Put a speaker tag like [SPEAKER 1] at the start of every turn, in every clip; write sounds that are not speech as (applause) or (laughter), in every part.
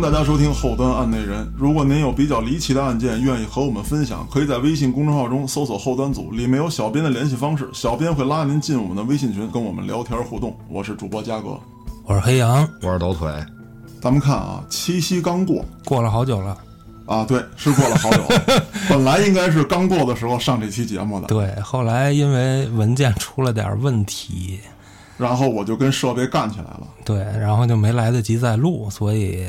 [SPEAKER 1] 大家收听《后端案内人》。如果您有比较离奇的案件，愿意和我们分享，可以在微信公众号中搜索“后端组”，里面有小编的联系方式，小编会拉您进我们的微信群，跟我们聊天互动。我是主播嘉哥。
[SPEAKER 2] 我是黑羊，
[SPEAKER 3] 我是抖腿，
[SPEAKER 1] 咱们看啊，七夕刚过
[SPEAKER 2] 过了好久了，
[SPEAKER 1] 啊，对，是过了好久，本来应该是刚过的时候上这期节目的，
[SPEAKER 2] 对，后来因为文件出了点问题，
[SPEAKER 1] 然后我就跟设备干起来了，
[SPEAKER 2] 对，然后就没来得及再录，所以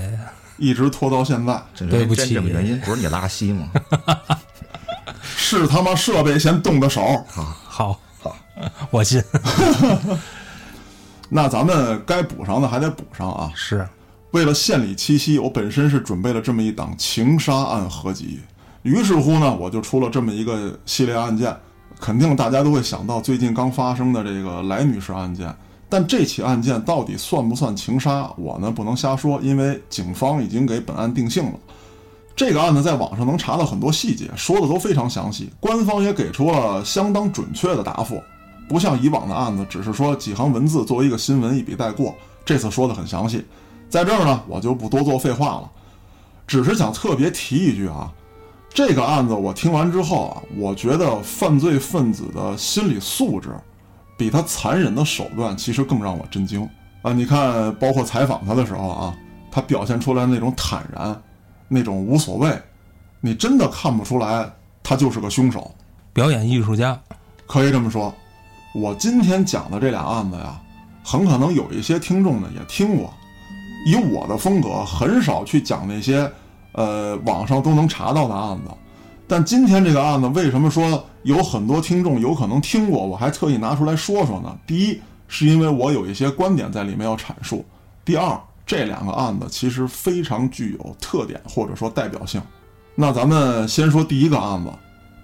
[SPEAKER 1] 一直拖到现在，
[SPEAKER 3] 这
[SPEAKER 2] 对不起
[SPEAKER 3] 真这么原因，不是你拉稀 (laughs) 吗？
[SPEAKER 1] 是他妈设备先动的手。
[SPEAKER 2] 好，好，我 (laughs) 信
[SPEAKER 1] 那咱们该补上的还得补上啊。
[SPEAKER 2] 是
[SPEAKER 1] 为了献礼七夕，我本身是准备了这么一档情杀案合集，于是乎呢，我就出了这么一个系列案件，肯定大家都会想到最近刚发生的这个来女士案件。但这起案件到底算不算情杀，我呢不能瞎说，因为警方已经给本案定性了。这个案子在网上能查到很多细节，说的都非常详细，官方也给出了相当准确的答复，不像以往的案子，只是说几行文字作为一个新闻一笔带过。这次说的很详细，在这儿呢，我就不多做废话了，只是想特别提一句啊，这个案子我听完之后啊，我觉得犯罪分子的心理素质，比他残忍的手段其实更让我震惊啊！你看，包括采访他的时候啊，他表现出来那种坦然，那种无所谓，你真的看不出来他就是个凶手。
[SPEAKER 2] 表演艺术家，
[SPEAKER 1] 可以这么说，我今天讲的这俩案子呀，很可能有一些听众呢也听过。以我的风格，很少去讲那些，呃，网上都能查到的案子。但今天这个案子，为什么说有很多听众有可能听过？我还特意拿出来说说呢。第一，是因为我有一些观点在里面要阐述；第二，这两个案子其实非常具有特点或者说代表性。那咱们先说第一个案子，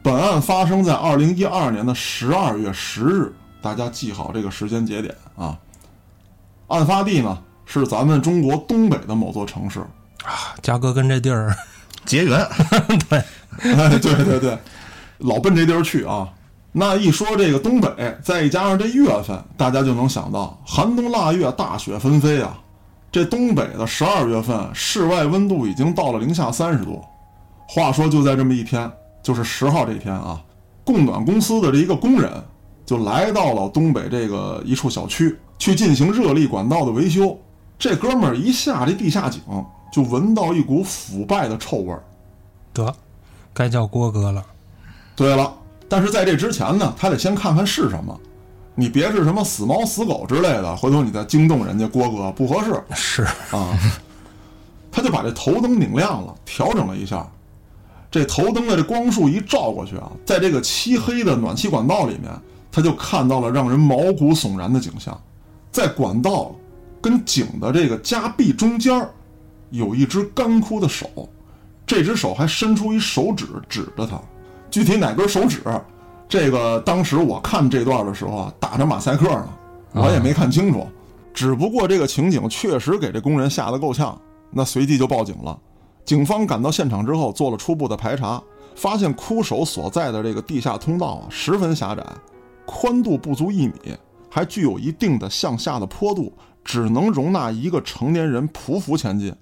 [SPEAKER 1] 本案发生在二零一二年的十二月十日，大家记好这个时间节点啊。案发地呢是咱们中国东北的某座城市。
[SPEAKER 2] 嘉哥跟这地儿，
[SPEAKER 3] 结缘，
[SPEAKER 1] 哎， (laughs) 对对对，老奔这地儿去啊。那一说这个东北，再加上这月份，大家就能想到寒冬腊月，大雪纷飞啊。这东北的十二月份，室外温度已经到了零下三十度。话说就在这么一天，就是十号这天啊，供暖公司的这一个工人就来到了东北这个一处小区，去进行热力管道的维修。这哥们儿一下这地下井，就闻到一股腐败的臭味儿。
[SPEAKER 2] 得该叫郭哥了，
[SPEAKER 1] 对了，但是在这之前呢，他得先看看是什么，你别是什么死猫死狗之类的，回头你再惊动人家郭哥不合适
[SPEAKER 2] 是
[SPEAKER 1] 啊。他就把这头灯拧亮了，调整了一下，这头灯的这光束一照过去啊，在这个漆黑的暖气管道里面，他就看到了让人毛骨悚然的景象，在管道跟井的这个夹壁中间儿，有一只干枯的手，这只手还伸出一手指指着他，具体哪根手指，这个当时我看这段的时候啊，打着马赛克呢，我也没看清楚。只不过这个情景确实给这工人吓得够呛，那随即就报警了。警方赶到现场之后，做了初步的排查，发现枯手所在的这个地下通道啊，十分狭窄，宽度不足一米，还具有一定的向下的坡度，只能容纳一个成年人匍匐前进。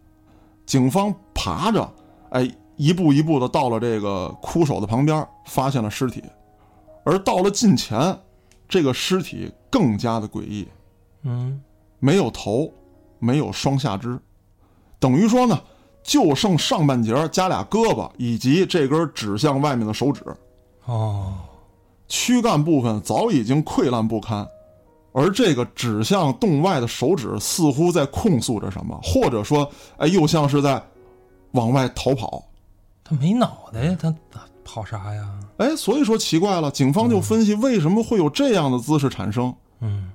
[SPEAKER 1] 警方爬着，哎，一步一步的到了这个枯手的旁边，发现了尸体。而到了近前，这个尸体更加的诡异，
[SPEAKER 2] 嗯，
[SPEAKER 1] 没有头，没有双下肢，等于说呢，就剩上半截儿加俩胳膊以及这根指向外面的手指，
[SPEAKER 2] 哦，
[SPEAKER 1] 躯干部分早已经溃烂不堪，而这个指向洞外的手指似乎在控诉着什么，或者说，哎，又像是在往外逃跑。
[SPEAKER 2] 他没脑袋呀，他他跑啥呀？
[SPEAKER 1] 哎，所以说奇怪了，警方就分析为什么会有这样的姿势产生。
[SPEAKER 2] 嗯，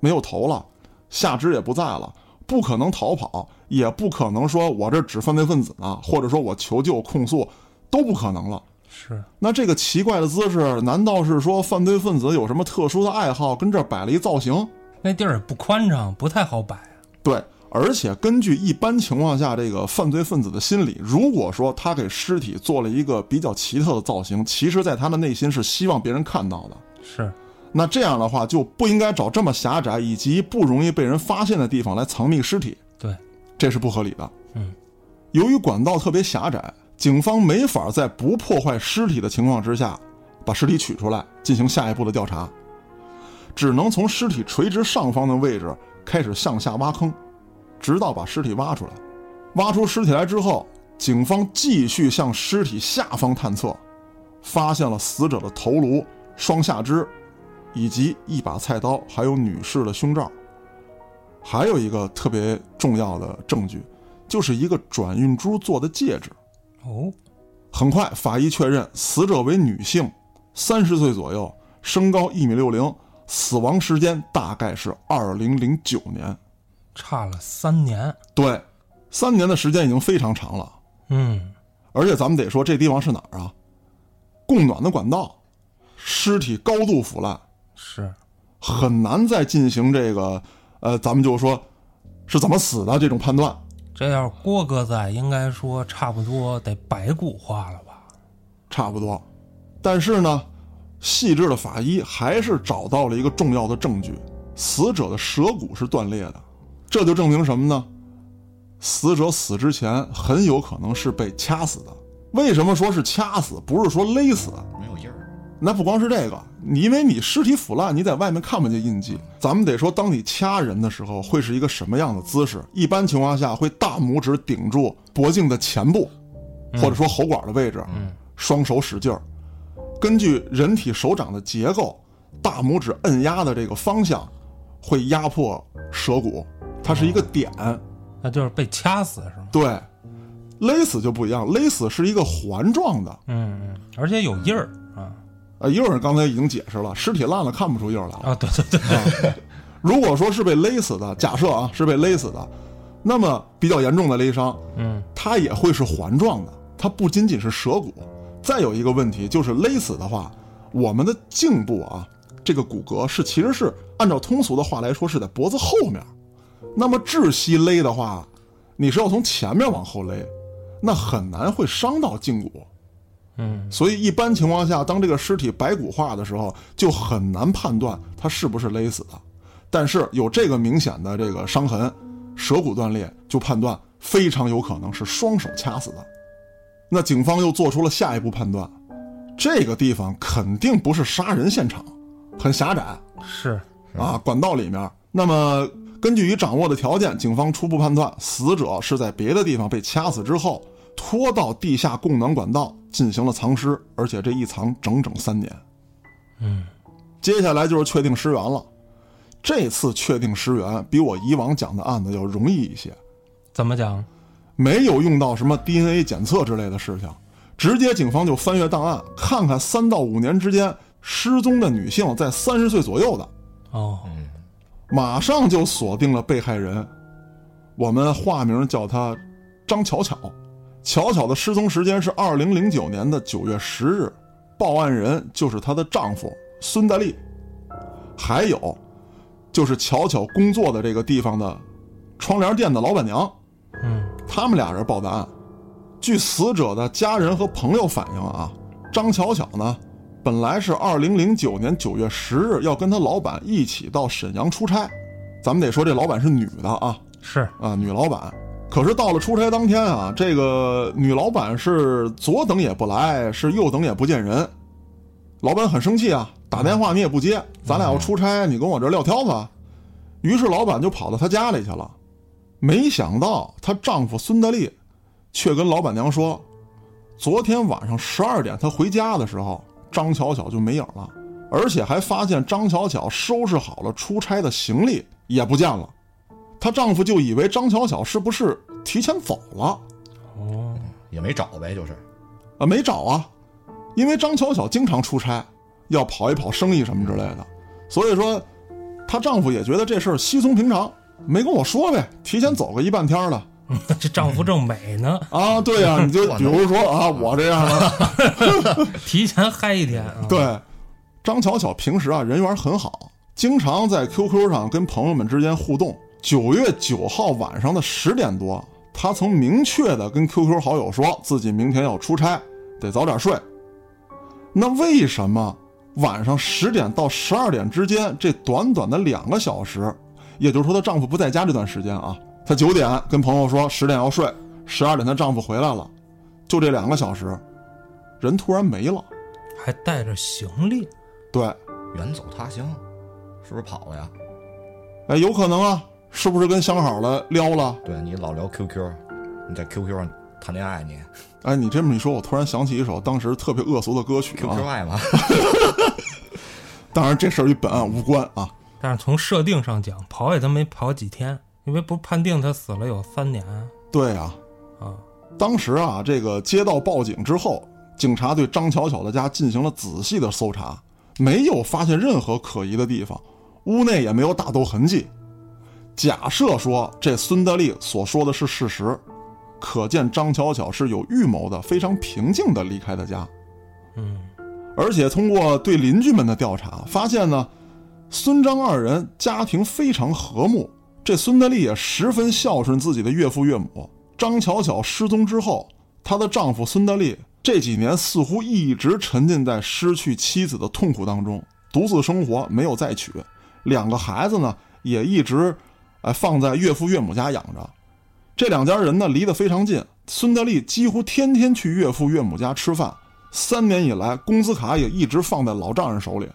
[SPEAKER 1] 没有头了，下肢也不在了，不可能逃跑，也不可能说我这指犯罪分子呢，或者说我求救控诉，都不可能了。
[SPEAKER 2] 是
[SPEAKER 1] 那这个奇怪的姿势，难道是说犯罪分子有什么特殊的爱好，跟这儿摆了一造型？
[SPEAKER 2] 那地儿也不宽敞，不太好摆啊，
[SPEAKER 1] 对，而且根据一般情况下这个犯罪分子的心理，如果说他给尸体做了一个比较奇特的造型，其实在他的内心是希望别人看到的。
[SPEAKER 2] 是
[SPEAKER 1] 那这样的话就不应该找这么狭窄以及不容易被人发现的地方来藏匿尸体，
[SPEAKER 2] 对，
[SPEAKER 1] 这是不合理的。
[SPEAKER 2] 嗯，
[SPEAKER 1] 由于管道特别狭窄，警方没法在不破坏尸体的情况之下把尸体取出来进行下一步的调查，只能从尸体垂直上方的位置开始向下挖坑，直到把尸体挖出来。挖出尸体来之后，警方继续向尸体下方探测，发现了死者的头颅、双下肢，以及一把菜刀，还有女士的胸罩。还有一个特别重要的证据，就是一个转运珠做的戒指。
[SPEAKER 2] 哦，
[SPEAKER 1] 很快，法医确认死者为女性，三十岁左右，身高一米六零，死亡时间大概是二零零九年。
[SPEAKER 2] 差了三年。
[SPEAKER 1] 对，三年的时间已经非常长了。
[SPEAKER 2] 嗯，
[SPEAKER 1] 而且咱们得说，这地方是哪儿啊？供暖的管道，尸体高度腐烂，
[SPEAKER 2] 是
[SPEAKER 1] 很难再进行这个，呃，咱们就说是怎么死的这种判断。
[SPEAKER 2] 这要是郭哥在，应该说差不多得白骨化了吧？
[SPEAKER 1] 差不多。但是呢，细致的法医还是找到了一个重要的证据：死者的舌骨是断裂的。这就证明什么呢？死者死之前很有可能是被掐死的。为什么说是掐死，不是说勒死？
[SPEAKER 3] 没有印儿，
[SPEAKER 1] 那不光是这个，你因为你尸体腐烂，你在外面看不见印记。咱们得说，当你掐人的时候，会是一个什么样的姿势？一般情况下，会大拇指顶住脖颈的前部，或者说喉管的位置，双手使劲儿。根据人体手掌的结构，大拇指摁压的这个方向，会压迫舌骨，它是一个点。
[SPEAKER 2] 那就是被掐死是吗？
[SPEAKER 1] 对，勒死就不一样，勒死是一个环状的。
[SPEAKER 2] 嗯，嗯，而且有印儿啊
[SPEAKER 1] 呃，一会儿刚才已经解释了，尸体烂了看不出印儿来了。
[SPEAKER 2] 啊！对对对，
[SPEAKER 1] 如果说是被勒死的，假设啊是被勒死的，那么比较严重的勒伤，
[SPEAKER 2] 嗯，
[SPEAKER 1] 它也会是环状的，它不仅仅是舌骨。再有一个问题就是勒死的话，我们的颈部啊，这个骨骼是其实是按照通俗的话来说是在脖子后面，那么窒息勒的话，你是要从前面往后勒，那很难会伤到胫骨。
[SPEAKER 2] 嗯，
[SPEAKER 1] 所以一般情况下，当这个尸体白骨化的时候，就很难判断它是不是勒死的。但是有这个明显的这个伤痕，舌骨断裂，就判断非常有可能是双手掐死的。那警方又做出了下一步判断，这个地方肯定不是杀人现场，很狭窄
[SPEAKER 2] (laughs) 是
[SPEAKER 1] 啊，管道里面。那么根据已掌握的条件，警方初步判断死者是在别的地方被掐死之后，拖到地下供暖管道进行了藏尸，而且这一藏整整三年。
[SPEAKER 2] 嗯，
[SPEAKER 1] 接下来就是确定尸源了。这次确定尸源比我以往讲的案子要容易一些，
[SPEAKER 2] 怎么讲？
[SPEAKER 1] 没有用到什么 DNA 检测之类的事情，直接警方就翻阅档案，看看三到五年之间失踪的女性在三十岁左右的，
[SPEAKER 2] 哦，
[SPEAKER 1] 马上就锁定了被害人，我们化名叫她张巧巧。巧巧的失踪时间是二零零九年的九月十日，报案人就是她的丈夫孙大力，还有就是巧巧工作的这个地方的窗帘店的老板娘，
[SPEAKER 2] 嗯，
[SPEAKER 1] 他们俩人报的案。据死者的家人和朋友反映啊，张巧巧呢，本来是二零零九年九月十日要跟她老板一起到沈阳出差，咱们得说这老板是女的啊
[SPEAKER 2] 是 (laughs)
[SPEAKER 1] 啊，女老板。可是到了出差当天啊，这个女老板是左等也不来，是右等也不见人，老板很生气啊，打电话你也不接，咱俩要出差，你跟我这儿撂挑子啊。于是老板就跑到她家里去了，没想到她丈夫孙德利却跟老板娘说，昨天晚上十二点她回家的时候，张巧巧就没影了，而且还发现张巧巧收拾好了出差的行李也不见了。她丈夫就以为张巧巧是不是提前走了
[SPEAKER 2] 哦，
[SPEAKER 3] 也没找呗，就是
[SPEAKER 1] 啊？没找啊，因为张巧巧经常出差，要跑一跑生意什么之类的，所以说她丈夫也觉得这事儿稀松平常，没跟我说呗，提前走个一半天儿了。
[SPEAKER 2] 这丈夫正美呢，
[SPEAKER 1] 啊，对呀、你就比如说啊，我这样的，
[SPEAKER 2] 提前嗨一天啊。，
[SPEAKER 1] 对，张巧巧平时啊人缘很好，经常在 QQ 上跟朋友们之间互动。九月九号晚上的十点多，她曾明确的跟 QQ 好友说自己明天要出差，得早点睡。那为什么晚上十点到十二点之间这短短的两个小时，也就是说她丈夫不在家这段时间啊，她九点跟朋友说十点要睡，十二点她丈夫回来了，就这两个小时，人突然没了。
[SPEAKER 2] 还带着行李，
[SPEAKER 1] 对，
[SPEAKER 3] 远走他乡，是不是跑了呀？
[SPEAKER 1] 哎，有可能啊，是不是跟相好了撩了？
[SPEAKER 3] 对你老聊 QQ，你在 QQ 上谈恋爱你，
[SPEAKER 1] 哎，你这么一说，我突然想起一首当时特别恶俗的歌曲
[SPEAKER 3] QQ
[SPEAKER 1] 啊。
[SPEAKER 3] 爱吗？ (laughs)
[SPEAKER 1] 当然，这事儿与本案无关啊。
[SPEAKER 2] 但是从设定上讲，跑也他没跑几天，因为不是判定他死了有三年
[SPEAKER 1] 对啊，
[SPEAKER 2] 啊，
[SPEAKER 1] 当时啊，这个接到报警之后，警察对张巧巧的家进行了仔细的搜查，没有发现任何可疑的地方，屋内也没有打斗痕迹。假设说这孙德利所说的是事实，可见张巧巧是有预谋的，非常平静的离开的家。
[SPEAKER 2] 嗯，
[SPEAKER 1] 而且通过对邻居们的调查，发现呢，孙张二人家庭非常和睦，这孙德利也十分孝顺自己的岳父岳母。张巧巧失踪之后，她的丈夫孙德利这几年似乎一直沉浸在失去妻子的痛苦当中，独自生活，没有再娶。两个孩子呢，也一直，哎，放在岳父岳母家养着。这两家人呢离得非常近，孙德利几乎天天去岳父岳母家吃饭。三年以来，工资卡也一直放在老丈人手里。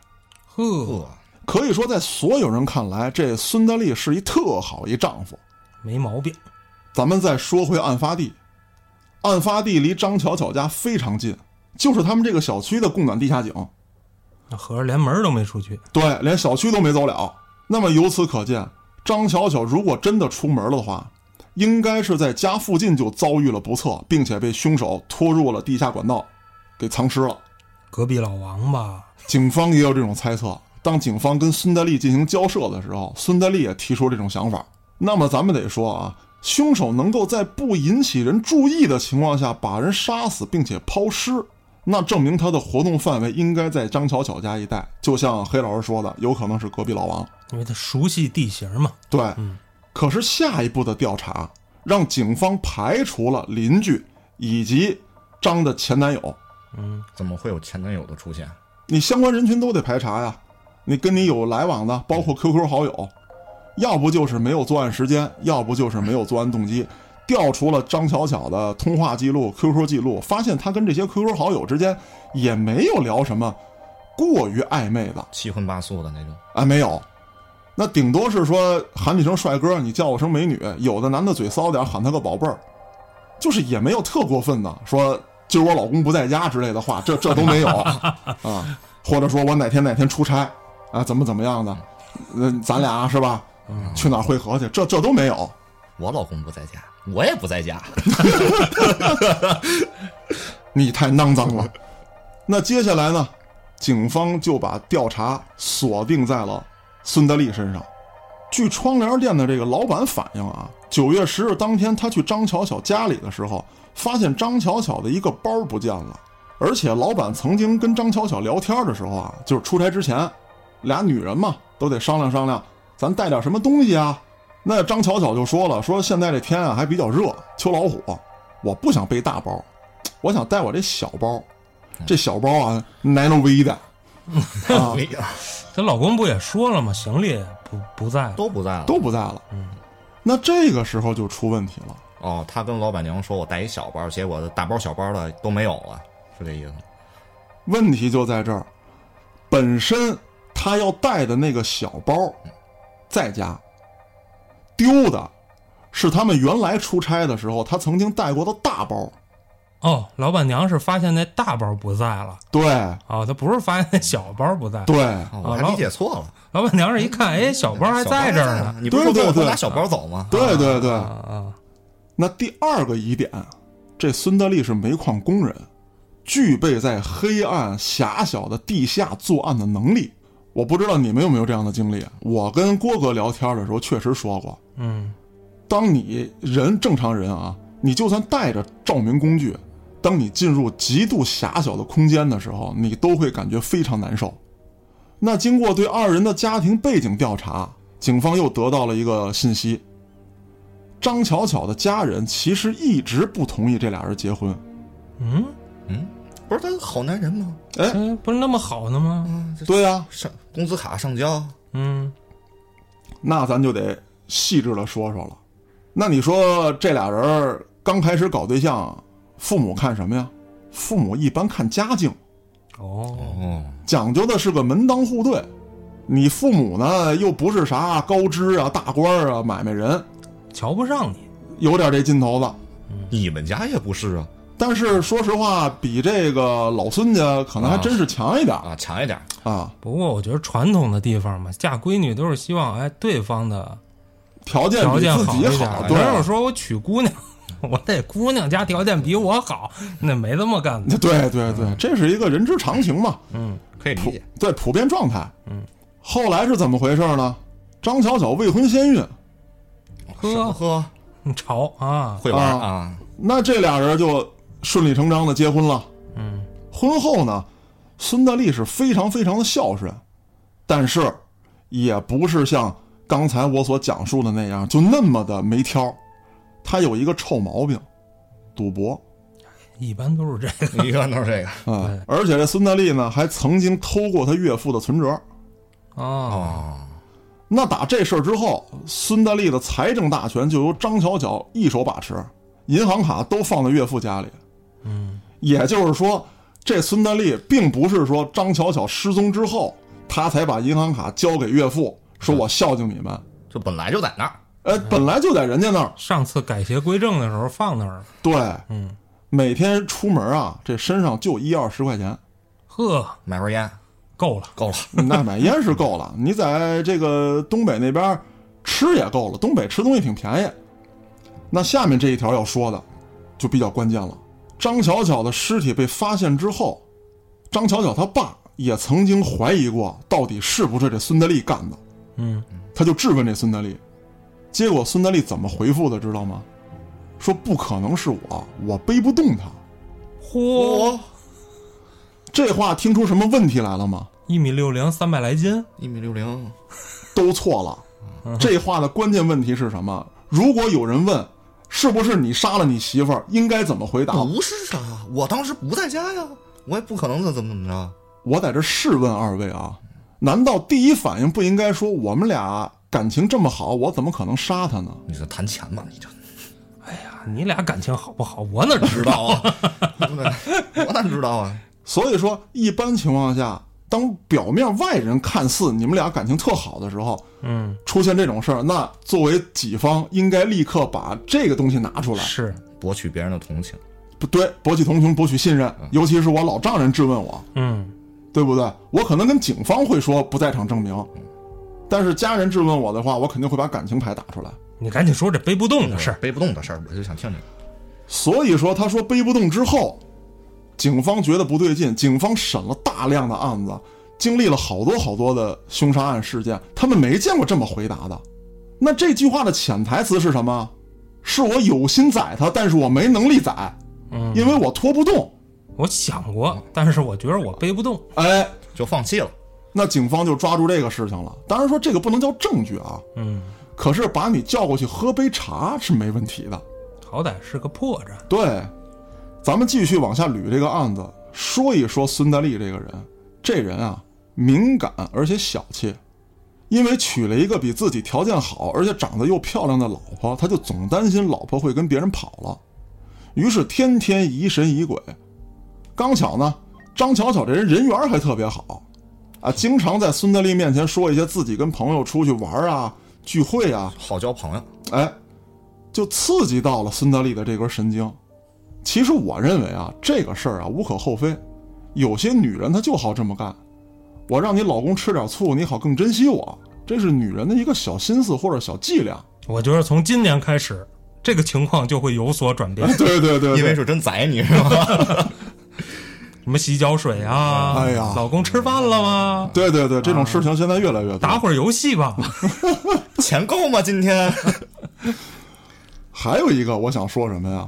[SPEAKER 2] 呵，
[SPEAKER 3] 呵，
[SPEAKER 1] 可以说，在所有人看来，这孙德利是一特好一丈夫。
[SPEAKER 2] 没毛病，
[SPEAKER 1] 咱们再说回案发地，案发地离张巧巧家非常近，就是他们这个小区的供暖地下井。
[SPEAKER 2] 那合着连门都没出去，
[SPEAKER 1] 对，连小区都没走了。那么由此可见，张巧巧如果真的出门了的话，应该是在家附近就遭遇了不测，并且被凶手拖入了地下管道，给藏尸了。
[SPEAKER 2] 隔壁老王吧，
[SPEAKER 1] 警方也有这种猜测。当警方跟孙德利进行交涉的时候，孙德利也提出这种想法。那么咱们得说啊，凶手能够在不引起人注意的情况下把人杀死并且抛尸，那证明他的活动范围应该在张巧巧家一带。就像黑老师说的，有可能是隔壁老王。
[SPEAKER 2] 因为他熟悉地形嘛，
[SPEAKER 1] 对，
[SPEAKER 2] 嗯
[SPEAKER 1] 可是下一步的调查让警方排除了邻居以及张的前男友，
[SPEAKER 2] 嗯，
[SPEAKER 3] 怎么会有前男友的出现？
[SPEAKER 1] 你相关人群都得排查呀。你跟你有来往的，包括 QQ 好友，要不就是没有作案时间，要不就是没有作案动机。调出了张巧巧的通话记录、QQ 记录，发现她跟这些 QQ 好友之间也没有聊什么过于暧昧的，
[SPEAKER 3] 七荤八素的那种，
[SPEAKER 1] 啊，没有。那顶多是说喊你声帅哥，你叫我声美女。有的男的嘴骚点，喊他个宝贝儿，就是也没有特过分的，说今儿我老公不在家之类的话，这这都没有啊。或者说我哪天哪天出差啊，怎么怎么样的，那咱俩是吧？去哪儿会合去？这这都没有。
[SPEAKER 3] 我老公不在家，我也不在家，
[SPEAKER 1] 你太肮脏了。那接下来呢，警方就把调查锁定在了孙德利身上。据窗帘店的这个老板反映啊，九月十日当天，他去张巧巧家里的时候，发现张巧巧的一个包不见了。而且老板曾经跟张巧巧聊天的时候啊，就是出差之前，俩女人嘛都得商量商量，咱带点什么东西啊。那张巧巧就说了，说现在这天啊还比较热，秋老虎，我不想背大包，我想带我这小包，这小包啊，nano V 的，啊
[SPEAKER 3] (laughs) 没有
[SPEAKER 2] 她老公不也说了吗？行李不不在，
[SPEAKER 3] 都不在了。
[SPEAKER 1] 都不在了。嗯那这个时候就出问题了。
[SPEAKER 3] 哦，他跟老板娘说我带一小包，结果大包小包的都没有了，是这意思吗？
[SPEAKER 1] 问题就在这儿，本身他要带的那个小包，在家丢的，是他们原来出差的时候他曾经带过的大包。
[SPEAKER 2] 哦，老板娘是发现那大包不在了，
[SPEAKER 1] 对
[SPEAKER 2] 哦，她不是发现那小包不在，
[SPEAKER 1] 对，
[SPEAKER 3] 哦，
[SPEAKER 2] 啊
[SPEAKER 3] 我还
[SPEAKER 2] 老
[SPEAKER 3] 理解错了，
[SPEAKER 2] 老板娘是一看，哎，小包还在这儿
[SPEAKER 3] 小包还在
[SPEAKER 2] 呢，
[SPEAKER 3] 你不是说
[SPEAKER 1] 对对
[SPEAKER 3] 跟我说
[SPEAKER 1] 对
[SPEAKER 3] 拿小包走吗？
[SPEAKER 1] 对对对。
[SPEAKER 2] 啊啊，
[SPEAKER 1] 那第二个疑点，这孙德利是煤矿工人，具备在黑暗狭小的地下作案的能力。我不知道你们有没有这样的经历。我跟郭哥聊天的时候确实说过，
[SPEAKER 2] 嗯，
[SPEAKER 1] 当你人正常人啊，你就算带着照明工具，当你进入极度狭小的空间的时候，你都会感觉非常难受。那经过对二人的家庭背景调查，警方又得到了一个信息：张巧巧的家人其实一直不同意这俩人结婚。
[SPEAKER 2] 嗯，
[SPEAKER 3] 嗯，不是他好男人吗？
[SPEAKER 2] 哎，不是那么好呢吗？
[SPEAKER 3] 嗯，这
[SPEAKER 1] 对呀、
[SPEAKER 2] 啊
[SPEAKER 3] 上工资卡上交，
[SPEAKER 2] 嗯，
[SPEAKER 1] 那咱就得细致的说说了。那你说这俩人刚开始搞对象，父母看什么呀？父母一般看家境，
[SPEAKER 2] 哦，
[SPEAKER 3] 哦，
[SPEAKER 1] 讲究的是个门当户对。你父母呢，又不是啥高知啊、大官儿啊、买卖人，
[SPEAKER 2] 瞧不上你，
[SPEAKER 1] 有点这劲头子。
[SPEAKER 3] 你们家也不是啊
[SPEAKER 1] 但是说实话，比这个老孙家可能还真是强一点儿
[SPEAKER 3] 啊，强一点儿，
[SPEAKER 1] 啊，
[SPEAKER 2] 不过我觉得传统的地方嘛，嫁闺女都是希望哎对方的
[SPEAKER 1] 条件
[SPEAKER 2] 条
[SPEAKER 1] 比
[SPEAKER 2] 件
[SPEAKER 1] 自
[SPEAKER 2] 一
[SPEAKER 1] 己
[SPEAKER 2] 点
[SPEAKER 1] 好
[SPEAKER 2] 儿，，啊
[SPEAKER 1] 对
[SPEAKER 2] 哪有说我娶姑娘，我得姑娘家条件比我好，那没这么干
[SPEAKER 1] (laughs)
[SPEAKER 2] 的。
[SPEAKER 1] 对对对，这是一个人之常情嘛，
[SPEAKER 2] 嗯，
[SPEAKER 3] 可以理
[SPEAKER 1] 普
[SPEAKER 3] 解。
[SPEAKER 1] 对普遍状态。
[SPEAKER 2] 嗯，
[SPEAKER 1] 后来是怎么回事呢？张巧巧未婚先孕，
[SPEAKER 2] 呵
[SPEAKER 3] 呵，
[SPEAKER 2] 你潮啊，
[SPEAKER 3] 哦会玩儿啊，
[SPEAKER 1] 那这俩人就顺理成章的结婚了。
[SPEAKER 2] 嗯，
[SPEAKER 1] 婚后呢，孙大力是非常非常的孝顺，但是也不是像刚才我所讲述的那样就那么的没挑儿，他有一个臭毛病，赌博
[SPEAKER 2] 一般都是这样。
[SPEAKER 3] (laughs) 一般都是这个。
[SPEAKER 1] (laughs) 啊、
[SPEAKER 2] 对
[SPEAKER 1] 而且这孙大力呢，还曾经偷过他岳父的存折。
[SPEAKER 2] 哦，
[SPEAKER 3] 哦，
[SPEAKER 1] 那打这事儿之后，孙大力的财政大权就由张巧巧一手把持，银行卡都放在岳父家里。
[SPEAKER 2] 嗯，
[SPEAKER 1] 也就是说，这孙大力并不是说张巧巧失踪之后，他才把银行卡交给岳父，说我孝敬你们。
[SPEAKER 3] 这本来就在那儿，
[SPEAKER 1] 呃，本来就在人家那儿。
[SPEAKER 2] 上次改邪归正的时候放那儿了，
[SPEAKER 1] 对，
[SPEAKER 2] 嗯，
[SPEAKER 1] 每天出门啊，这身上就一二十块钱，
[SPEAKER 2] 呵，
[SPEAKER 3] 买根烟
[SPEAKER 2] 够了，
[SPEAKER 3] 够了。
[SPEAKER 1] 嗯那买烟是够了。你在这个东北那边吃也够了，东北吃东西挺便宜。那下面这一条要说的就比较关键了。张巧巧的尸体被发现之后，张巧巧她爸也曾经怀疑过到底是不是这孙德利干的，
[SPEAKER 2] 嗯，
[SPEAKER 1] 他就质问这孙德利。结果孙德利怎么回复的，知道吗？说不可能是我，我背不动他。
[SPEAKER 2] 嚯，
[SPEAKER 1] 哦
[SPEAKER 3] 哦
[SPEAKER 1] 这话听出什么问题来了吗？
[SPEAKER 2] 一米六零，三百来斤，
[SPEAKER 3] 一米六零，
[SPEAKER 1] 都错了。这话的关键问题是什么？如果有人问是不是你杀了你媳妇儿，应该怎么回答？
[SPEAKER 3] 不是啊，我当时不在家呀，我也不可能怎么怎么着。
[SPEAKER 1] 我在这试问二位啊，难道第一反应不应该说我们俩感情这么好，我怎么可能杀她呢？
[SPEAKER 3] 你这谈钱吧，你这
[SPEAKER 2] 呀啊你俩感情好不好？我哪知
[SPEAKER 3] 知
[SPEAKER 2] 道？
[SPEAKER 3] 道
[SPEAKER 1] (laughs)
[SPEAKER 3] 啊？ (laughs) 对不对我哪知道啊？
[SPEAKER 1] 所以说，一般情况下，当表面外人看似你们俩感情特好的时候，
[SPEAKER 2] 嗯，
[SPEAKER 1] 出现这种事儿，那作为己方应该立刻把这个东西拿出来，
[SPEAKER 2] 嗯是，
[SPEAKER 3] 博取别人的同情，
[SPEAKER 1] 不对，博取同情，博取信任，尤其是我老丈人质问我，
[SPEAKER 2] 嗯，
[SPEAKER 1] 对不对？我可能跟警方会说不在场证明，但是家人质问我的话，我肯定会把感情牌打出来。
[SPEAKER 2] 你赶紧说这背不动的事儿。
[SPEAKER 3] 背不动的事儿，我就想听这个。
[SPEAKER 1] 所以说，他说背不动之后，警方觉得不对劲，警方审了大量的案子，经历了好多好多的凶杀案事件，他们没见过这么回答的。那这句话的潜台词是什么？是我有心宰他，但是我没能力宰，
[SPEAKER 2] 嗯
[SPEAKER 1] 因为我拖不动。
[SPEAKER 2] 我想过，但是我觉得我背不动。
[SPEAKER 1] 哎，
[SPEAKER 3] 就放弃了。
[SPEAKER 1] 那警方就抓住这个事情了。当然说这个不能叫证据啊，
[SPEAKER 2] 嗯，
[SPEAKER 1] 可是把你叫过去喝杯茶是没问题的。
[SPEAKER 2] 好歹是个破绽。
[SPEAKER 1] 对，咱们继续往下捋这个案子，说一说孙大力这个人。这人啊，敏感而且小气，因为娶了一个比自己条件好而且长得又漂亮的老婆，他就总担心老婆会跟别人跑了，于是天天疑神疑鬼。刚巧呢，张巧巧这人人缘还特别好，啊，经常在孙大力面前说一些自己跟朋友出去玩啊、聚会啊
[SPEAKER 3] 好交朋友，
[SPEAKER 1] 哎，就刺激到了孙德利的这根神经。其实我认为啊，这个事儿啊无可厚非，有些女人她就好这么干。我让你老公吃点醋，你好更珍惜我，这是女人的一个小心思或者小伎俩。
[SPEAKER 2] 我觉得从今年开始，这个情况就会有所转变。
[SPEAKER 1] (laughs) 对对对
[SPEAKER 3] 因为
[SPEAKER 1] 对，
[SPEAKER 3] 是真宰你是吧？
[SPEAKER 2] 什么洗脚水啊？
[SPEAKER 1] 哎呀
[SPEAKER 2] 老公吃饭了吗？
[SPEAKER 1] 对对对，这种事情现在越来越
[SPEAKER 2] 打
[SPEAKER 1] 多。
[SPEAKER 2] 会儿游戏吧。
[SPEAKER 3] 钱够吗？今天
[SPEAKER 1] 还有一个我想说什么呀？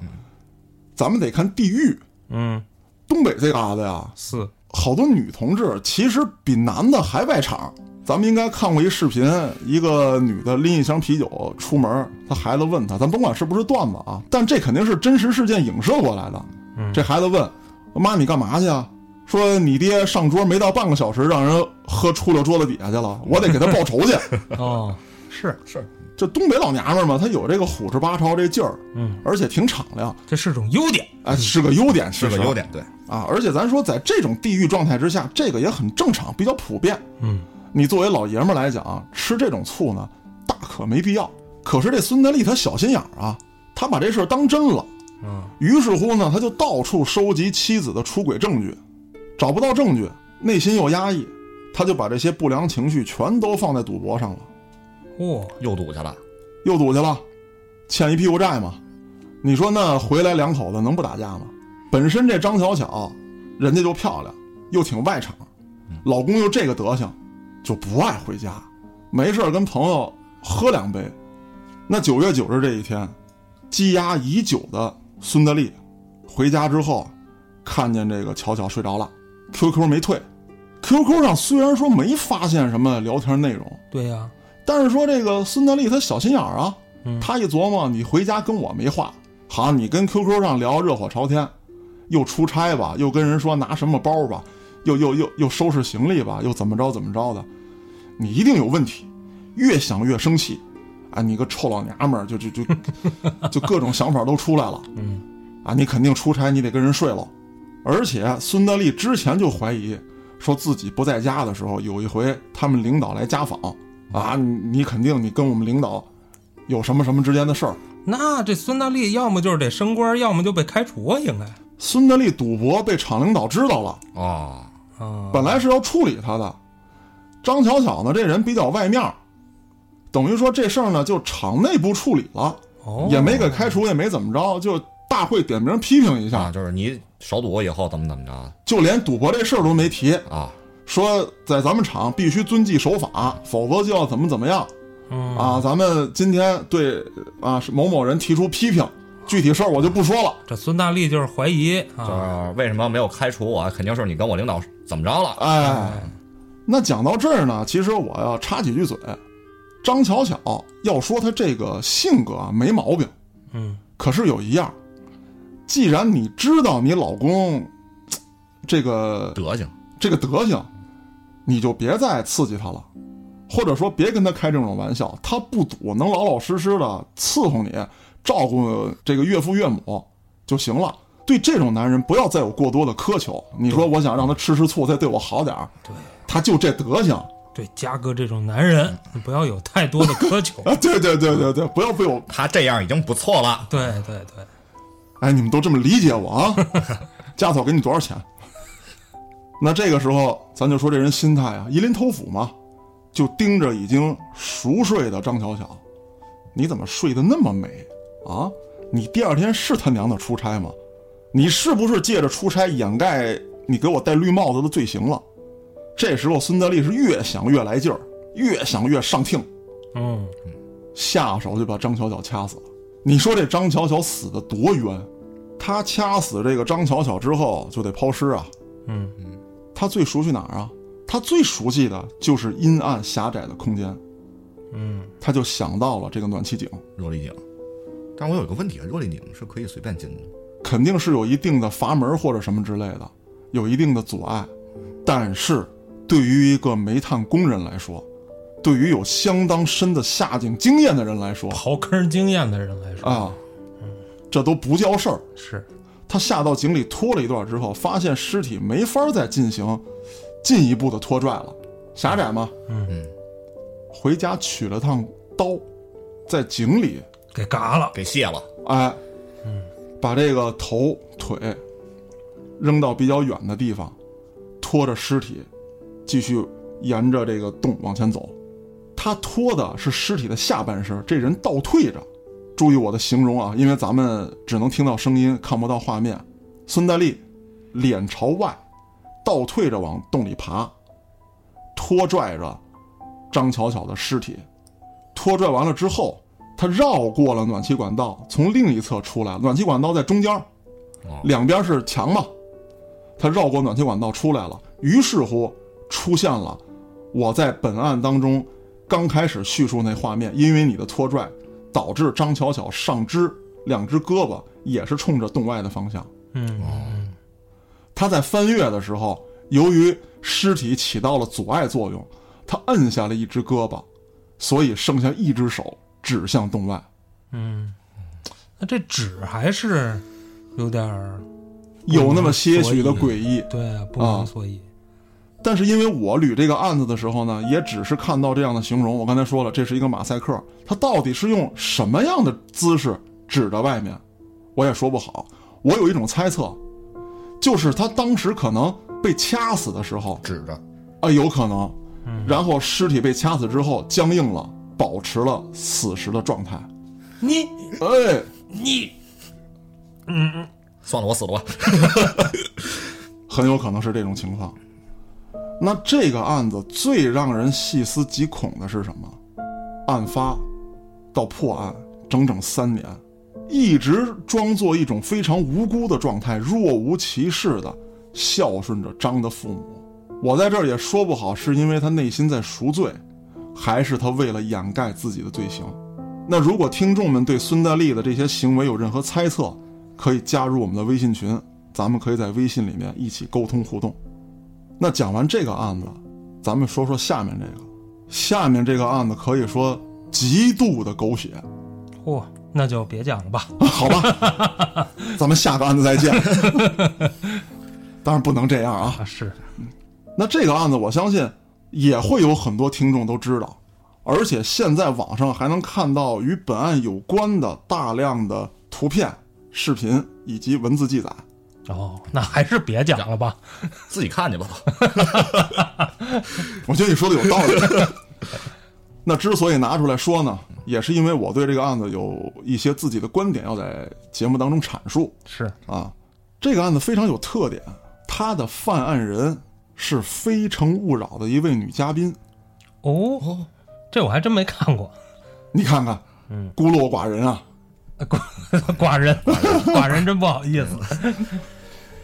[SPEAKER 1] 咱们得看地域，
[SPEAKER 2] 嗯，
[SPEAKER 1] 东北这旮瘩呀，
[SPEAKER 2] 是，
[SPEAKER 1] 好多女同志其实比男的还外场。咱们应该看过一视频，一个女的拎一箱啤酒出门，她孩子问她，咱甭管是不是段子啊，但这肯定是真实事件影射过来的。
[SPEAKER 2] 嗯
[SPEAKER 1] 这孩子问妈：“你干嘛去啊？”说你爹上桌没到半个小时，让人喝出溜桌子底下去了，我得给他报仇去。
[SPEAKER 2] 哦，是，
[SPEAKER 3] (laughs) 是
[SPEAKER 1] 这东北老娘们儿嘛，她有这个虎视八朝这劲儿，
[SPEAKER 2] 嗯，
[SPEAKER 1] 而且挺敞亮，
[SPEAKER 2] 这是种优点。
[SPEAKER 1] 哎，是个优点，
[SPEAKER 3] 是
[SPEAKER 1] 其
[SPEAKER 3] 个
[SPEAKER 1] 实
[SPEAKER 3] 优点，对，
[SPEAKER 1] 啊。而且咱说，在这种地域状态之下，这个也很正常，比较普遍。
[SPEAKER 2] 嗯，
[SPEAKER 1] 你作为老爷们儿来讲，啊吃这种醋呢，大可没必要。可是这孙德利他小心眼儿啊，他把这事儿当真了。
[SPEAKER 2] 嗯，
[SPEAKER 1] 于是乎呢，他就到处收集妻子的出轨证据，找不到证据，内心又压抑，他就把这些不良情绪全都放在赌博上了，
[SPEAKER 2] 哇、
[SPEAKER 3] 又赌去了，
[SPEAKER 1] 又赌去了，欠一屁股债嘛。你说那回来两口子能不打架吗？本身这张巧巧，人家就漂亮，又挺外场，老公又这个德行，就不爱回家，没事儿跟朋友喝两杯。那九月九日这一天，积压已久的孙德利回家之后，看见这个巧巧睡着了，QQ 没退，QQ 上虽然说没发现什么聊天内容，
[SPEAKER 2] 对呀、
[SPEAKER 1] 但是说这个孙德利他小心眼儿啊，
[SPEAKER 2] 嗯
[SPEAKER 1] 他一琢磨，你回家跟我没话，好，你跟 QQ 上聊热火朝天，又出差吧，又跟人说拿什么包吧，又又又又收拾行李吧，又怎么着怎么着的，你一定有问题，越想越生气，啊，你个臭老娘们儿，就就 (laughs) 就就各种想法都出来了，
[SPEAKER 2] 嗯，
[SPEAKER 1] 啊，你肯定出差，你得跟人睡喽，而且啊孙德利之前就怀疑。说自己不在家的时候，有一回他们领导来家访，啊，你你肯定你跟我们领导有什么什么之间的事儿。
[SPEAKER 2] 那这孙大力要么就是得升官，要么就被开除啊，应该
[SPEAKER 1] 孙德利赌博被厂领导知道了，
[SPEAKER 3] 哦，
[SPEAKER 2] 啊，
[SPEAKER 1] 本来是要处理他的。张巧巧呢，这人比较外面儿，等于说这事儿呢就厂内部处理了，
[SPEAKER 2] 哦
[SPEAKER 1] 也没给开除，也没怎么着，就大会点名批评一
[SPEAKER 3] 啊，
[SPEAKER 1] 下，
[SPEAKER 3] 就是你少赌以后怎么怎么着
[SPEAKER 1] 就连赌博这事儿都没提，
[SPEAKER 3] 啊，
[SPEAKER 1] 说在咱们厂必须遵纪守法，否则就要怎么怎么样。
[SPEAKER 2] 嗯
[SPEAKER 1] 啊，咱们今天对啊是某某人提出批评，具体事儿我就不说了。
[SPEAKER 2] 这孙大力就是怀疑
[SPEAKER 3] 就
[SPEAKER 2] 啊，
[SPEAKER 3] 是为什么没有开除我，肯定是你跟我领导怎么着了，
[SPEAKER 1] 哎，
[SPEAKER 2] 嗯
[SPEAKER 1] 那讲到这儿呢，其实我要插几句嘴。张巧巧要说她这个性格啊没毛病，
[SPEAKER 2] 嗯，
[SPEAKER 1] 可是有一样，既然你知道你老公嘖这个
[SPEAKER 3] 德行，
[SPEAKER 1] 这个德行，你就别再刺激他了，或者说别跟他开这种玩笑。他不赌，能老老实实的伺候你，照顾这个岳父岳母就行了。对这种男人，不要再有过多的苛求。你说我想让他吃吃醋，再对我好点儿，
[SPEAKER 2] 对
[SPEAKER 1] 他就这德行啊
[SPEAKER 2] 对，嘉哥这种男人，你不要有太多的苛 (laughs) 求。
[SPEAKER 1] 啊！对对对对对，不要被我
[SPEAKER 3] 他这样已经不错了，
[SPEAKER 2] 对对对，
[SPEAKER 1] 哎，你们都这么理解我啊？家嫂给你多少钱？那这个时候，咱就说这人心态啊，一临头斧嘛，就盯着已经熟睡的张巧巧，你怎么睡得那么美啊？你第二天是他娘的出差吗？你是不是借着出差掩盖你给我戴绿帽子的罪行了？这时候，孙德利是越想越来劲儿，越想越上听，
[SPEAKER 2] 嗯，
[SPEAKER 1] 下手就把张巧巧掐死了。你说这张巧巧死的多冤？他掐死这个张巧巧之后就得抛尸啊。
[SPEAKER 2] 嗯
[SPEAKER 1] 他最熟悉哪儿啊？他最熟悉的就是阴暗狭窄的空间。
[SPEAKER 2] 嗯，
[SPEAKER 1] 他就想到了这个暖气井，
[SPEAKER 3] 热力井。但我有一个问题啊，热力井是可以随便进的吗，
[SPEAKER 1] 肯定是有一定的阀门或者什么之类的，有一定的阻碍。但是，对于一个煤炭工人来说，对于有相当深的下井经验的人来说
[SPEAKER 2] 刨坑经验的人来说，
[SPEAKER 1] 啊，
[SPEAKER 2] 嗯
[SPEAKER 1] 这都不叫事儿。
[SPEAKER 2] 是
[SPEAKER 1] 他下到井里拖了一段之后，发现尸体没法再进行进一步的拖拽了，狭窄嘛。
[SPEAKER 2] 嗯
[SPEAKER 3] 嗯。
[SPEAKER 1] 回家取了趟刀，在井里，
[SPEAKER 2] 给嘎了，
[SPEAKER 3] 给卸了，
[SPEAKER 1] 哎，把这个头腿扔到比较远的地方，拖着尸体继续沿着这个洞往前走。他拖的是尸体的下半身，这人倒退着。注意我的形容啊，因为咱们只能听到声音，看不到画面。孙大力脸朝外，倒退着往洞里爬，拖拽着张巧巧的尸体。拖拽完了之后，他绕过了暖气管道，从另一侧出来。暖气管道在中间儿
[SPEAKER 3] 哦，
[SPEAKER 1] 两边是墙嘛。他绕过暖气管道出来了，于是乎出现了我在本案当中刚开始叙述那画面。因为你的拖拽，导致张巧巧上肢两只胳膊也是冲着洞外的方向。
[SPEAKER 2] 嗯嗯
[SPEAKER 1] 他在翻越的时候，由于尸体起到了阻碍作用，他摁下了一只胳膊，所以剩下一只手指向洞外，
[SPEAKER 2] 嗯，那这纸还是有点儿
[SPEAKER 1] 有那么些许的诡异。
[SPEAKER 2] 对啊不明所以。
[SPEAKER 1] 但是因为我捋这个案子的时候呢，也只是看到这样的形容。我刚才说了，这是一个马赛克，它到底是用什么样的姿势指着外面，我也说不好。我有一种猜测，就是他当时可能被掐死的时候
[SPEAKER 3] (laughs) 指着，
[SPEAKER 1] 啊，有可能
[SPEAKER 2] 嗯，
[SPEAKER 1] 然后尸体被掐死之后僵硬了，保持了死时的状态。
[SPEAKER 2] 你
[SPEAKER 1] 哎，
[SPEAKER 2] 你
[SPEAKER 3] 嗯算了，我死了吧。 (laughs)
[SPEAKER 1] 很有可能是这种情况。那这个案子最让人细思极恐的是什么？案发到破案整整三年，一直装作一种非常无辜的状态，若无其事的孝顺着张的父母。我在这儿也说不好，是因为他内心在赎罪，还是他为了掩盖自己的罪行。那如果听众们对孙大力的这些行为有任何猜测，可以加入我们的微信群，咱们可以在微信里面一起沟通互动。那讲完这个案子，咱们说说下面这个。下面这个案子可以说极度的狗血， (laughs)
[SPEAKER 2] 嚯、那就别讲了吧。
[SPEAKER 1] 好吧？咱们下个案子再见。 (laughs) 当然不能这样啊！
[SPEAKER 2] 啊，是，
[SPEAKER 1] 那这个案子，我相信也会有很多听众都知道，而且现在网上还能看到与本案有关的大量的图片、视频以及文字记载。
[SPEAKER 2] 哦，那还是别讲了吧。
[SPEAKER 3] 自己看去吧。
[SPEAKER 1] (laughs) 我觉得你说的有道理。那之所以拿出来说呢，也是因为我对这个案子有一些自己的观点要在节目当中阐述
[SPEAKER 2] 是，
[SPEAKER 1] 啊。这个案子非常有特点，它的犯案人是《非诚勿扰》的一位女嘉宾。
[SPEAKER 2] 哦，
[SPEAKER 3] 哦，
[SPEAKER 2] 这我还真没看 (laughs) 过。
[SPEAKER 1] 你看看，
[SPEAKER 2] 嗯，
[SPEAKER 1] 孤陋寡人啊！
[SPEAKER 2] 呃寡寡人，寡人嗯真不好意思。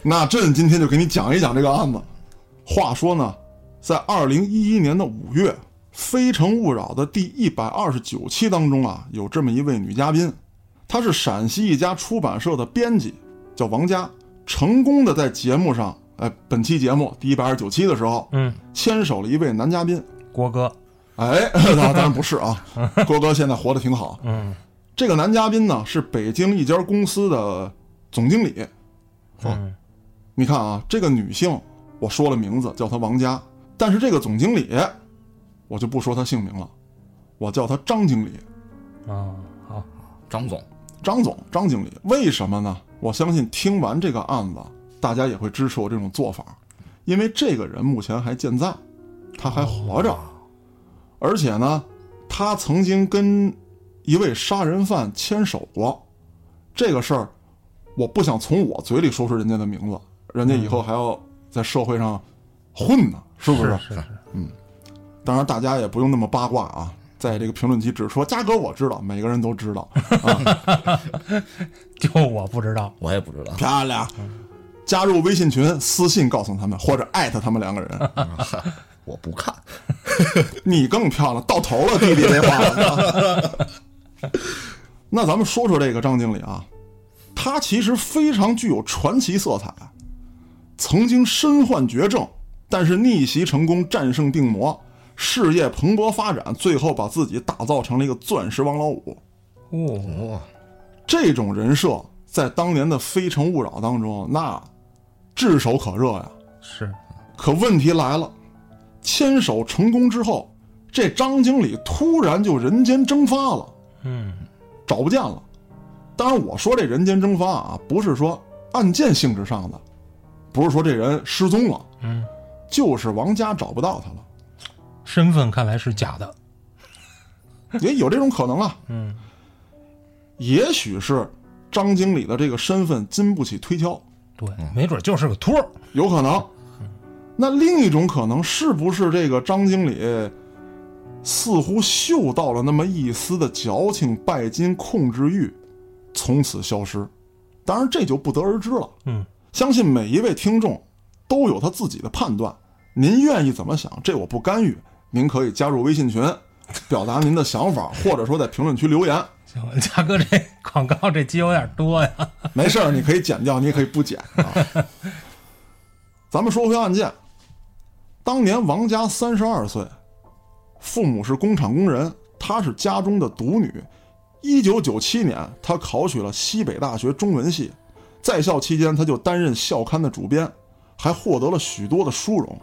[SPEAKER 1] 那朕今天就给你讲一讲这个案子。话说呢，在二零一一年的五月，《非诚勿扰》的第一百二十九期当中啊，有这么一位女嘉宾，她是陕西一家出版社的编辑，叫王佳，成功的在节目上，哎，本期节目第一百二十九期的时候，
[SPEAKER 2] 嗯，
[SPEAKER 1] 牵手了一位男嘉宾。
[SPEAKER 2] 郭哥， (laughs)
[SPEAKER 1] 哎，当然不是啊，郭哥现在活得挺好。
[SPEAKER 2] 嗯，
[SPEAKER 1] 这个男嘉宾呢，是北京一家公司的总经理。
[SPEAKER 2] 嗯，
[SPEAKER 1] 你看啊，这个女性，我说了名字，叫她王佳，但是这个总经理，我就不说她姓名了，我叫她张经理，
[SPEAKER 2] 哦，好，
[SPEAKER 3] 张总，
[SPEAKER 1] 张总，张经理。为什么呢？我相信听完这个案子，大家也会支持我这种做法，因为这个人目前还健在，他还活
[SPEAKER 2] 哦
[SPEAKER 1] 着，而且呢，他曾经跟一位杀人犯牵手过，这个事儿，我不想从我嘴里说出人家的名字，人家以后还要在社会上混呢，是不
[SPEAKER 2] 嗯是是
[SPEAKER 1] 当然，大家也不用那么八卦啊，在这个评论区只说嘉哥我知道，每个人都知道。
[SPEAKER 2] 就我不知道。
[SPEAKER 3] 我也不知道。
[SPEAKER 1] 漂亮。加入微信群，私信告诉他们，或者艾特他们两个人。
[SPEAKER 3] (laughs)
[SPEAKER 1] (laughs)
[SPEAKER 3] 我不看，
[SPEAKER 1] 你更漂亮，到头了，弟弟这话了。 (laughs) 那咱们说说这个张经理啊，他其实非常具有传奇色彩，曾经身患绝症，但是逆袭成功，战胜病魔，事业蓬勃发展，最后把自己打造成了一个钻石王老五。
[SPEAKER 2] 哦，
[SPEAKER 3] (laughs) 哦，
[SPEAKER 1] 这种人设在当年的《非诚勿扰》当中，那炙手可热呀。
[SPEAKER 2] 是，
[SPEAKER 1] 可问题来了，牵手成功之后，这张经理突然就人间蒸发了，
[SPEAKER 2] 嗯，
[SPEAKER 1] 找不见了。当然，我说这人间蒸发啊，不是说案件性质上的，不是说这人失踪了，
[SPEAKER 2] 嗯，
[SPEAKER 1] 就是王家找不到他了，
[SPEAKER 2] 身份看来是假的。
[SPEAKER 1] 也有这种可能啊。
[SPEAKER 2] (laughs) 嗯，
[SPEAKER 1] 也许是张经理的这个身份经不起推敲，
[SPEAKER 2] 对，
[SPEAKER 3] 嗯
[SPEAKER 2] 没准就是个托儿。
[SPEAKER 1] 有可能。那另一种可能是不是这个张经理似乎嗅到了那么一丝的矫情、拜金、控制欲，从此消失？当然，这就不得而知了。
[SPEAKER 2] 嗯，
[SPEAKER 1] 相信每一位听众都有他自己的判断，您愿意怎么想，这我不干预。您可以加入微信群，表达您的想法，或者说在评论区留言。
[SPEAKER 2] 行，嘉哥这 (laughs) 广告这集有点多呀。
[SPEAKER 1] (laughs) 没事儿，你可以剪掉，你也可以不剪啊。咱们说回案件，当年王家三十二岁，父母是工厂工人，她是家中的独女。一九九七年，她考取了西北大学中文系，在校期间，她就担任校刊的主编，还获得了许多的殊荣。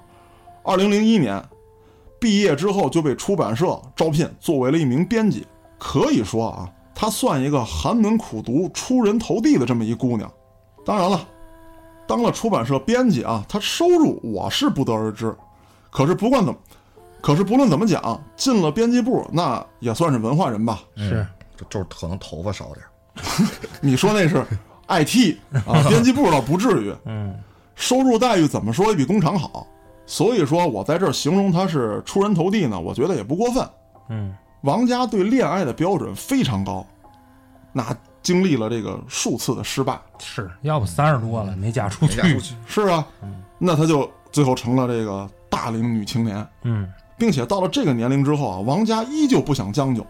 [SPEAKER 1] 二零零一年，毕业之后就被出版社招聘，作为了一名编辑。可以说啊，她算一个寒门苦读、出人头地的这么一姑娘。当然了，当了出版社编辑啊，她收入我是不得而知。可是不管怎么，可是不论怎么讲，进了编辑部，那也算是文化人吧。
[SPEAKER 3] 嗯
[SPEAKER 2] 是
[SPEAKER 3] 就就是可能头发少点儿，
[SPEAKER 1] 你说那是 IT 啊，编辑部倒不至于，
[SPEAKER 2] 嗯，
[SPEAKER 1] 收入待遇怎么说也比工厂好。所以说我在这儿形容她是出人头地呢，我觉得也不过分。
[SPEAKER 2] 嗯，
[SPEAKER 1] 王家对恋爱的标准非常高，那经历了这个数次的失败，
[SPEAKER 2] 是要不三十多了没嫁出
[SPEAKER 3] 没
[SPEAKER 2] 去
[SPEAKER 3] 嫁，出去。
[SPEAKER 1] 是啊，那她就最后成了这个大龄女青年。
[SPEAKER 2] 嗯
[SPEAKER 1] 并且到了这个年龄之后啊，王家依旧不想将就。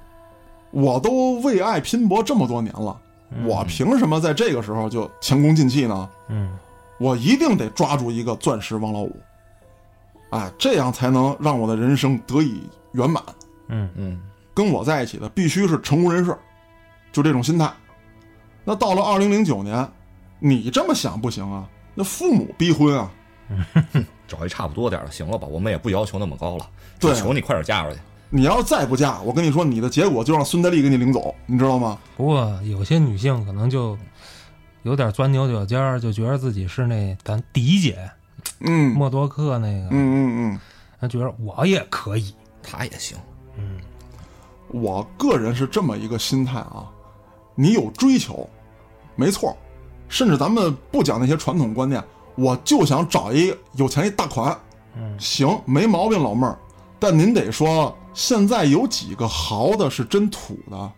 [SPEAKER 1] 我都为爱拼搏这么多年了，我凭什么在这个时候就前功尽弃呢？
[SPEAKER 2] 嗯
[SPEAKER 1] 我一定得抓住一个钻石王老五，哎，这样才能让我的人生得以圆满。
[SPEAKER 2] 嗯
[SPEAKER 3] 嗯，
[SPEAKER 1] 跟我在一起的必须是成功人士，就这种心态。那到了二零零九年，你这么想不行啊，那父母逼婚啊，
[SPEAKER 3] 找一差不多点儿的，行了吧？我们也不要求那么高了，
[SPEAKER 1] 对
[SPEAKER 3] 就求你快点嫁出去。
[SPEAKER 1] 你要是再不嫁，我跟你说，你的结果就让孙德利给你领走，你知道吗？
[SPEAKER 2] 不过有些女性可能就有点钻牛角尖儿，就觉得自己是那咱迪姐
[SPEAKER 1] 嗯嗯
[SPEAKER 2] 默多克那个，
[SPEAKER 1] 嗯嗯。
[SPEAKER 2] 她觉得我也可以，
[SPEAKER 3] 他也行，
[SPEAKER 2] 嗯
[SPEAKER 1] 我个人是这么一个心态啊，你有追求，没错，甚至咱们不讲那些传统观念，我就想找一有钱一大款，
[SPEAKER 2] 嗯
[SPEAKER 1] 行，没毛病，老妹儿。但您得说，现在有几个豪的是真土的？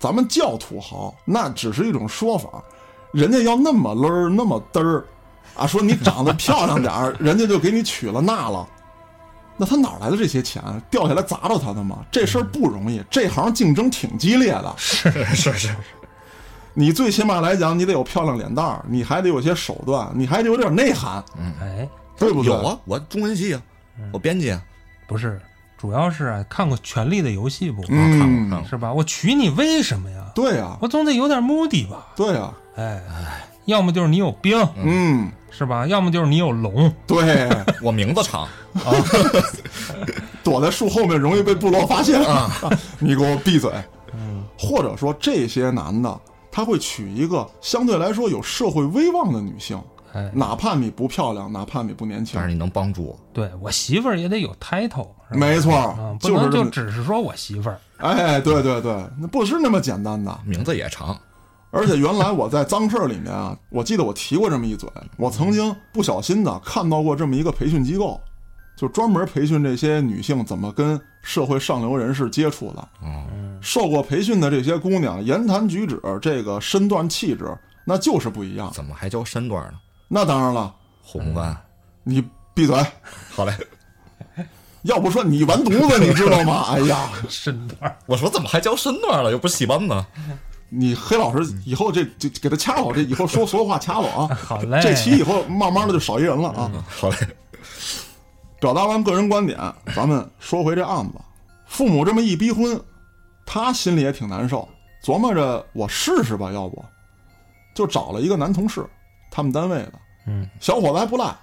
[SPEAKER 1] 咱们叫土豪，那只是一种说法，人家要那么勒儿那么嘚儿，啊，说你长得漂亮点儿， (laughs) 人家就给你娶了那了。那他哪来的这些钱？掉下来砸着他的吗？这事儿不容易，这行竞争挺激烈的。
[SPEAKER 3] (laughs) 是是是，
[SPEAKER 1] 你最起码来讲，你得有漂亮脸蛋儿，你还得有些手段，你还得有点内涵，
[SPEAKER 3] 嗯
[SPEAKER 2] 哎，
[SPEAKER 1] 对不对？
[SPEAKER 3] 有啊，我中文系啊，我编辑啊，
[SPEAKER 2] 不是，主要是啊，看过《权力的游戏》不？
[SPEAKER 3] 我看
[SPEAKER 1] 嗯
[SPEAKER 3] 过看过，
[SPEAKER 2] 是吧？我娶你为什么呀？
[SPEAKER 1] 对呀、
[SPEAKER 2] 我总得有点目的吧？
[SPEAKER 1] 对呀、
[SPEAKER 2] 哎，要么就是你有兵，
[SPEAKER 1] 嗯，
[SPEAKER 2] 是吧？要么就是你有龙，
[SPEAKER 1] 对。
[SPEAKER 3] (laughs) 我名字长，
[SPEAKER 1] 躲在树后面容易被部落发现啊！你给我闭嘴！或者说这些男的，他会娶一个相对来说有社会威望的女性，
[SPEAKER 2] 哎，
[SPEAKER 1] 哪怕你不漂亮，哪怕你不年轻
[SPEAKER 3] 但，是你能帮助我，
[SPEAKER 2] 对我媳妇儿也得有 title，是吧
[SPEAKER 1] 没错
[SPEAKER 2] 啊，，不
[SPEAKER 1] 就是
[SPEAKER 2] 能
[SPEAKER 1] 这
[SPEAKER 2] 就
[SPEAKER 1] 么
[SPEAKER 2] 只是说我媳妇儿， (laughs)
[SPEAKER 1] 哎，对对对，那不是那么简单的。
[SPEAKER 3] 名字也长，
[SPEAKER 1] 而且原来我在脏事儿里面啊，我记得我提过这么一嘴，我曾经不小心的看到过这么一个培训机构，就专门培训这些女性怎么跟社会上流人士接触的。
[SPEAKER 3] 嗯
[SPEAKER 1] 受过培训的这些姑娘，言谈举止、这个身段气质，那就是不一样。
[SPEAKER 3] 怎么还叫身段呢？
[SPEAKER 1] 那当然了，
[SPEAKER 3] 红湾，
[SPEAKER 1] 你闭嘴，
[SPEAKER 3] 好嘞，
[SPEAKER 1] 要不说你完犊子，你知道吗？哎呀，
[SPEAKER 2] 身段儿
[SPEAKER 3] 我说怎么还叫身段了？又不是戏班子，
[SPEAKER 1] 你黑老师以后这就给他掐了，这以后说 (laughs) 所有话掐了啊。
[SPEAKER 2] 好嘞，
[SPEAKER 1] 这期以后慢慢的就少一人了啊。
[SPEAKER 3] 好嘞，
[SPEAKER 1] 表达完个人观点，咱们说回这案子。父母这么一逼婚，他心里也挺难受，琢磨着我试试吧，要不就找了一个男同事，他们单位的，
[SPEAKER 2] 嗯，
[SPEAKER 1] 小伙子还不赖，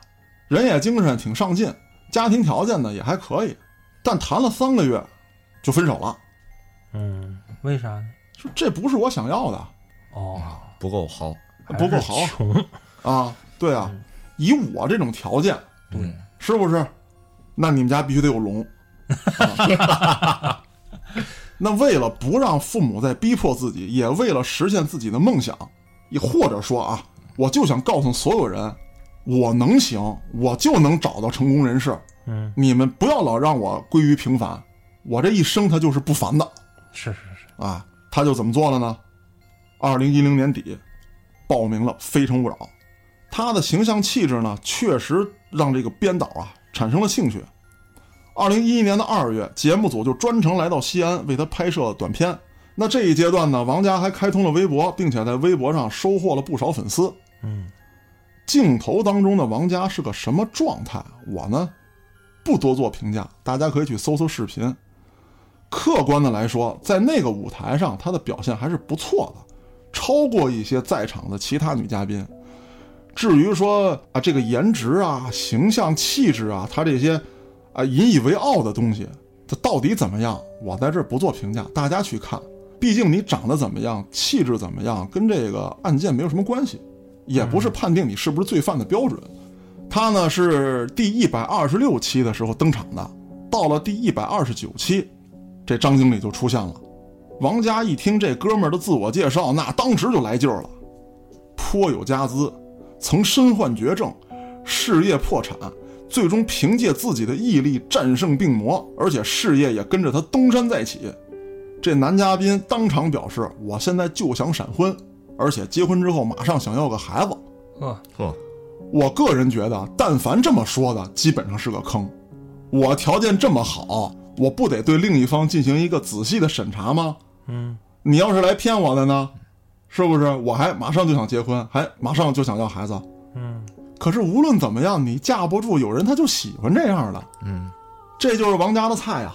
[SPEAKER 1] 人也精神，挺上进，家庭条件呢也还可以，但谈了三个月就分手了，
[SPEAKER 2] 嗯，为啥呢？
[SPEAKER 1] 说这不是我想要的
[SPEAKER 2] 哦，
[SPEAKER 3] (laughs) 不够豪，
[SPEAKER 2] 还
[SPEAKER 1] 啊不够
[SPEAKER 2] 是
[SPEAKER 1] 好
[SPEAKER 2] 穷，
[SPEAKER 1] 啊，对啊，以我这种条件，
[SPEAKER 3] 嗯，
[SPEAKER 1] 是不是？那你们家必须得有龙。啊那为了不让父母再逼迫自己，也为了实现自己的梦想，也或者说啊，我就想告诉所有人，我能行，我就能找到成功人士。
[SPEAKER 2] 嗯，
[SPEAKER 1] 你们不要老让我归于平凡，我这一生他就是不凡的
[SPEAKER 2] 是是是，
[SPEAKER 1] 啊！他就怎么做了呢？二零一零年底，报名了《非诚勿扰》，他的形象气质呢，确实让这个编导啊产生了兴趣。二零一一年的二月，节目组就专程来到西安为他拍摄短片。那这一阶段呢，王佳还开通了微博，并且在微博上收获了不少粉丝。
[SPEAKER 2] 嗯，
[SPEAKER 1] 镜头当中的王佳是个什么状态，我呢不多做评价，大家可以去搜搜视频。客观的来说，在那个舞台上，她的表现还是不错的，超过一些在场的其他女嘉宾。至于说啊，这个颜值啊、形象、气质啊，她这些啊引以为傲的东西，它到底怎么样，我在这儿不做评价，大家去看。毕竟你长得怎么样，气质怎么样，跟这个案件没有什么关系，也不是判定你是不是罪犯的标准。他呢是第一百二十六期的时候登场的，到了第一百二十九期，这张经理就出现了。王佳一听这哥们儿的自我介绍，那当时就来劲儿了，颇有家资，曾身患绝症，事业破产，最终凭借自己的毅力战胜病魔，而且事业也跟着他东山再起。这男嘉宾当场表示：“我现在就想闪婚，而且结婚之后马上想要个孩子。”
[SPEAKER 2] 呵，
[SPEAKER 3] 呵，
[SPEAKER 1] 我个人觉得，但凡这么说的，基本上是个坑。我条件这么好，我不得对另一方进行一个仔细的审查吗？
[SPEAKER 2] 嗯，
[SPEAKER 1] 你要是来骗我的呢，是不是？我还马上就想结婚，还马上就想要孩子。
[SPEAKER 2] 嗯，
[SPEAKER 1] 可是无论怎么样，你架不住有人他就喜欢这样的，
[SPEAKER 3] 嗯，
[SPEAKER 1] 这就是王家的菜呀、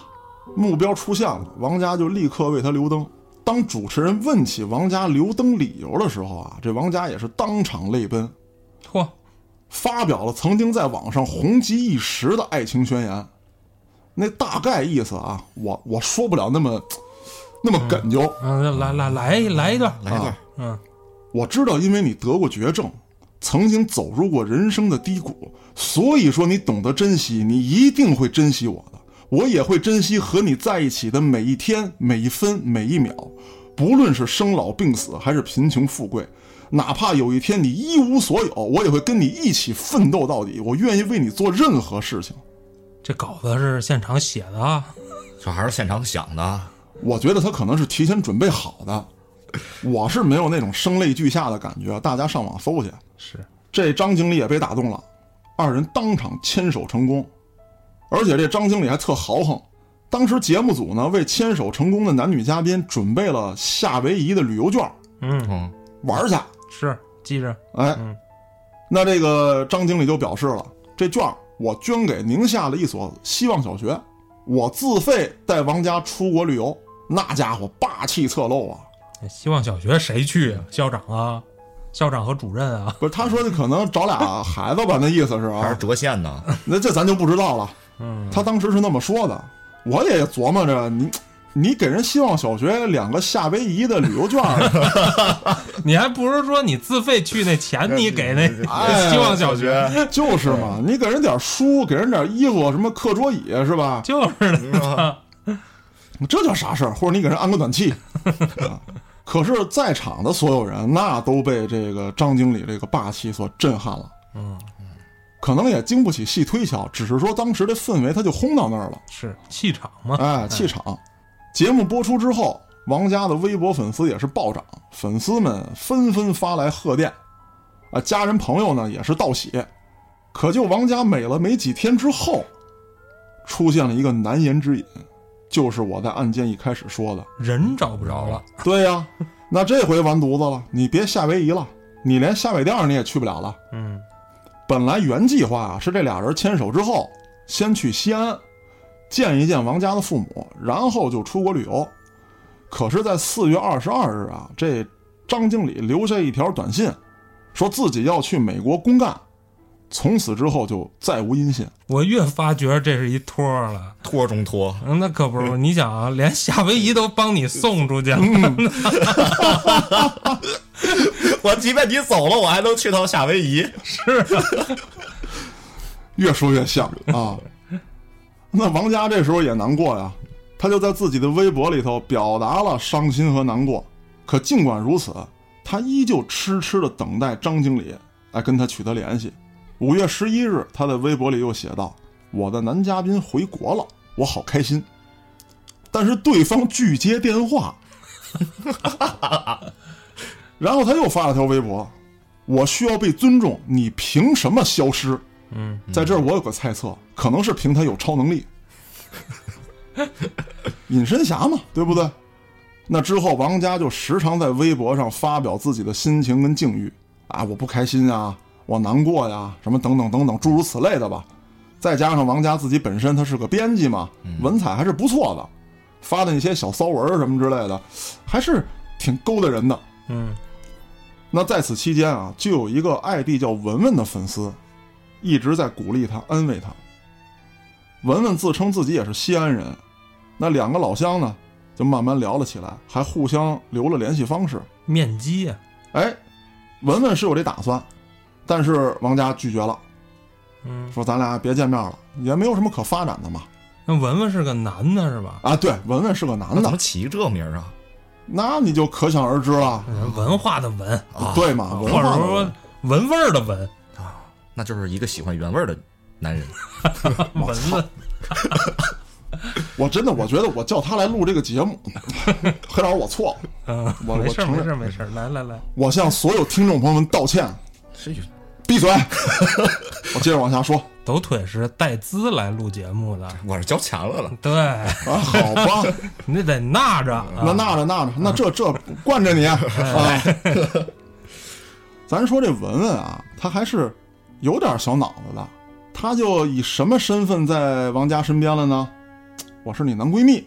[SPEAKER 1] 目标出现了，王家就立刻为他留灯。当主持人问起王家留灯理由的时候啊，这王家也是当场泪奔。
[SPEAKER 2] 嚯，
[SPEAKER 1] 发表了曾经在网上红极一时的爱情宣言。那大概意思啊，我我说不了那么那么梗究。
[SPEAKER 2] 嗯，来来来一来一段，
[SPEAKER 3] 来一段，
[SPEAKER 2] 嗯，
[SPEAKER 1] 我知道，因为你得过绝症，曾经走入过人生的低谷，所以说你懂得珍惜，你一定会珍惜我的，我也会珍惜和你在一起的每一天、每一分、每一秒，不论是生老病死，还是贫穷富贵。哪怕有一天你一无所有，我也会跟你一起奋斗到底。我愿意为你做任何事情。
[SPEAKER 2] 这稿子是现场写的啊，
[SPEAKER 3] 这还是现场想的，
[SPEAKER 1] 我觉得他可能是提前准备好的，我是没有那种声泪俱下的感觉。大家上网搜去，
[SPEAKER 2] 是，
[SPEAKER 1] 这张经理也被打动了，二人当场牵手成功，而且这张经理还特豪横。当时节目组呢为牵手成功的男女嘉宾准备了夏威夷的旅游券，
[SPEAKER 2] 嗯，
[SPEAKER 3] 嗯，
[SPEAKER 1] 玩去。
[SPEAKER 2] 是，记着，
[SPEAKER 1] 哎，
[SPEAKER 2] 嗯
[SPEAKER 1] 那这个张经理就表示了，这券儿我捐给宁夏的一所希望小学，我自费带王家出国旅游，那家伙霸气侧漏啊！
[SPEAKER 2] 哎希望小学谁去啊？校长啊，校长和主任啊，
[SPEAKER 1] 不是，他说的可能找俩孩子吧，那意思是
[SPEAKER 3] 还
[SPEAKER 1] 啊，
[SPEAKER 2] (laughs)
[SPEAKER 3] 是折现呢，
[SPEAKER 1] 那这咱就不知道了。
[SPEAKER 2] 嗯，
[SPEAKER 1] 他当时是那么说的，我也琢磨着你，你给人希望小学两个夏威夷的旅游券儿， (laughs)
[SPEAKER 2] 你还不如说你自费去那钱你给那
[SPEAKER 1] (laughs) 哎
[SPEAKER 2] (laughs) 希望小学，
[SPEAKER 1] 就是
[SPEAKER 2] (laughs)
[SPEAKER 1] 嘛，你给人点书，给人点衣服，什么课桌椅是吧？
[SPEAKER 2] 就是的，
[SPEAKER 1] 这叫啥事儿？或者你给人安个暖
[SPEAKER 2] (laughs)
[SPEAKER 1] 气。啊可是，在场的所有人那都被这个张经理这个霸气所震撼了，
[SPEAKER 2] 嗯，
[SPEAKER 1] 可能也经不起细推敲，只是说当时的氛围他就轰到那儿了。
[SPEAKER 2] 是气场嘛，
[SPEAKER 1] 哎，气场。节目播出之后，王家的微博粉丝也是暴涨，粉丝们纷纷发来贺电，啊，家人朋友呢也是道喜。可就王家美了没几天之后，出现了一个难言之隐，就是我在案件一开始说的，
[SPEAKER 2] 人找不着了，
[SPEAKER 1] 对呀、那这回完犊子了，你别夏威夷了，你连下北调你也去不了了。
[SPEAKER 2] 嗯，
[SPEAKER 1] 本来原计划啊是这俩人牵手之后，先去西安见一见王家的父母，然后就出国旅游。可是，在四月二十二日啊，这张经理留下一条短信，说自己要去美国公干，从此之后就再无音信。
[SPEAKER 2] 我越发觉得这是一托儿了。
[SPEAKER 3] 托中托，
[SPEAKER 2] 嗯，那可不是，你想啊，连夏威夷都帮你送出去了，
[SPEAKER 3] (laughs) 我即便你走了，我还能去趟夏威夷，
[SPEAKER 1] 越说越像啊。那王佳这时候也难过呀，他就在自己的微博里头表达了伤心和难过。可尽管如此，他依旧痴痴的等待张经理来跟他取得联系。五月十一日，他在微博里又写道：“我的男嘉宾回国了，我好开心。”但是对方拒接电话， (laughs) 然后他又发了条微博：“我需要被尊重，你凭什么消失？”
[SPEAKER 2] 嗯，
[SPEAKER 1] 在这儿我有个猜测，可能是凭他有超能力， (laughs) 隐身侠嘛，对不对？那之后，王家就时常在微博上发表自己的心情跟境遇啊，我不开心啊，我难过呀、什么等等等等，诸如此类的吧。再加上王家自己本身他是个编辑嘛，文采还是不错的，发的那些小骚文儿什么之类的，还是挺勾搭人的。
[SPEAKER 2] 嗯
[SPEAKER 1] 那在此期间啊，就有一个 ID 叫文文的粉丝，一直在鼓励他、安慰他。文文自称自己也是西安人，那两个老乡呢，就慢慢聊了起来，还互相留了联系方式。
[SPEAKER 2] (laughs) 面基啊呀、
[SPEAKER 1] 哎，文文是有这打算，但是王家拒绝了，
[SPEAKER 2] 嗯，
[SPEAKER 1] 说咱俩别见面了，也没有什么可发展的嘛。
[SPEAKER 2] 那文文是个男的是吧？
[SPEAKER 1] 啊，对，文文是个男
[SPEAKER 3] 那怎
[SPEAKER 1] 的
[SPEAKER 3] 么，起这名儿啊？
[SPEAKER 1] 那你就可想而知了，
[SPEAKER 2] 文化的文啊，
[SPEAKER 1] 对嘛？文
[SPEAKER 2] 或者
[SPEAKER 1] 化的
[SPEAKER 2] 说文味儿的文，
[SPEAKER 3] 那就是一个喜欢原味儿的男人。
[SPEAKER 1] 啊
[SPEAKER 2] 文字
[SPEAKER 1] 我真的，我觉得我叫他来录这个节
[SPEAKER 2] (laughs)
[SPEAKER 1] 目，黑老师，我错了，
[SPEAKER 2] 嗯，
[SPEAKER 1] 我我
[SPEAKER 2] 没事儿
[SPEAKER 1] 承
[SPEAKER 2] 没
[SPEAKER 1] 认
[SPEAKER 2] 事儿没事儿，来来来，
[SPEAKER 1] 我向所有听众朋友们道歉。
[SPEAKER 3] 是
[SPEAKER 1] 闭
[SPEAKER 2] (laughs)
[SPEAKER 1] 嘴！我接着往下说
[SPEAKER 2] 抖腿是带资来录节目的，
[SPEAKER 3] 我是交钱来了，
[SPEAKER 2] 对，
[SPEAKER 1] 啊，好
[SPEAKER 2] (laughs)
[SPEAKER 1] 吧，
[SPEAKER 2] 你得纳着，啊
[SPEAKER 1] 那纳着纳着，那这这惯着你啊。
[SPEAKER 2] 哎
[SPEAKER 1] (laughs) 咱说这文文啊，他还是有点小脑子的，他就以什么身份在王佳身边了呢？我是你男闺蜜，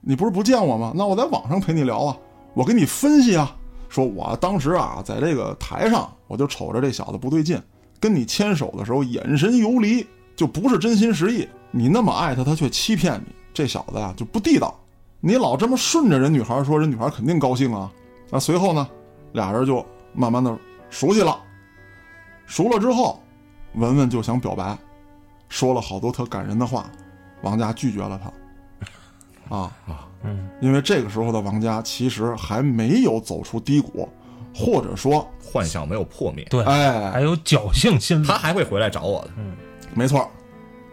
[SPEAKER 1] 你不是不见我吗？那我在网上陪你聊啊，我给你分析啊，说我当时啊在这个台上，我就瞅着这小子不对劲，跟你牵手的时候眼神游离，就不是真心实意。你那么爱他，他却欺骗你，这小子啊就不地道。你老这么顺着人女孩说，人女孩肯定高兴啊。那随后呢，俩人就慢慢的熟悉了。熟了之后，文文就想表白，说了好多特感人的话，王佳拒绝了他。啊，
[SPEAKER 2] 嗯
[SPEAKER 1] 因为这个时候的王佳其实还没有走出低谷，或者说，
[SPEAKER 3] (laughs) 幻想没有破灭，
[SPEAKER 2] 对，
[SPEAKER 1] 哎，
[SPEAKER 2] 还有侥幸心理
[SPEAKER 3] 他，还会回来找我的。
[SPEAKER 2] 嗯
[SPEAKER 1] 没错儿，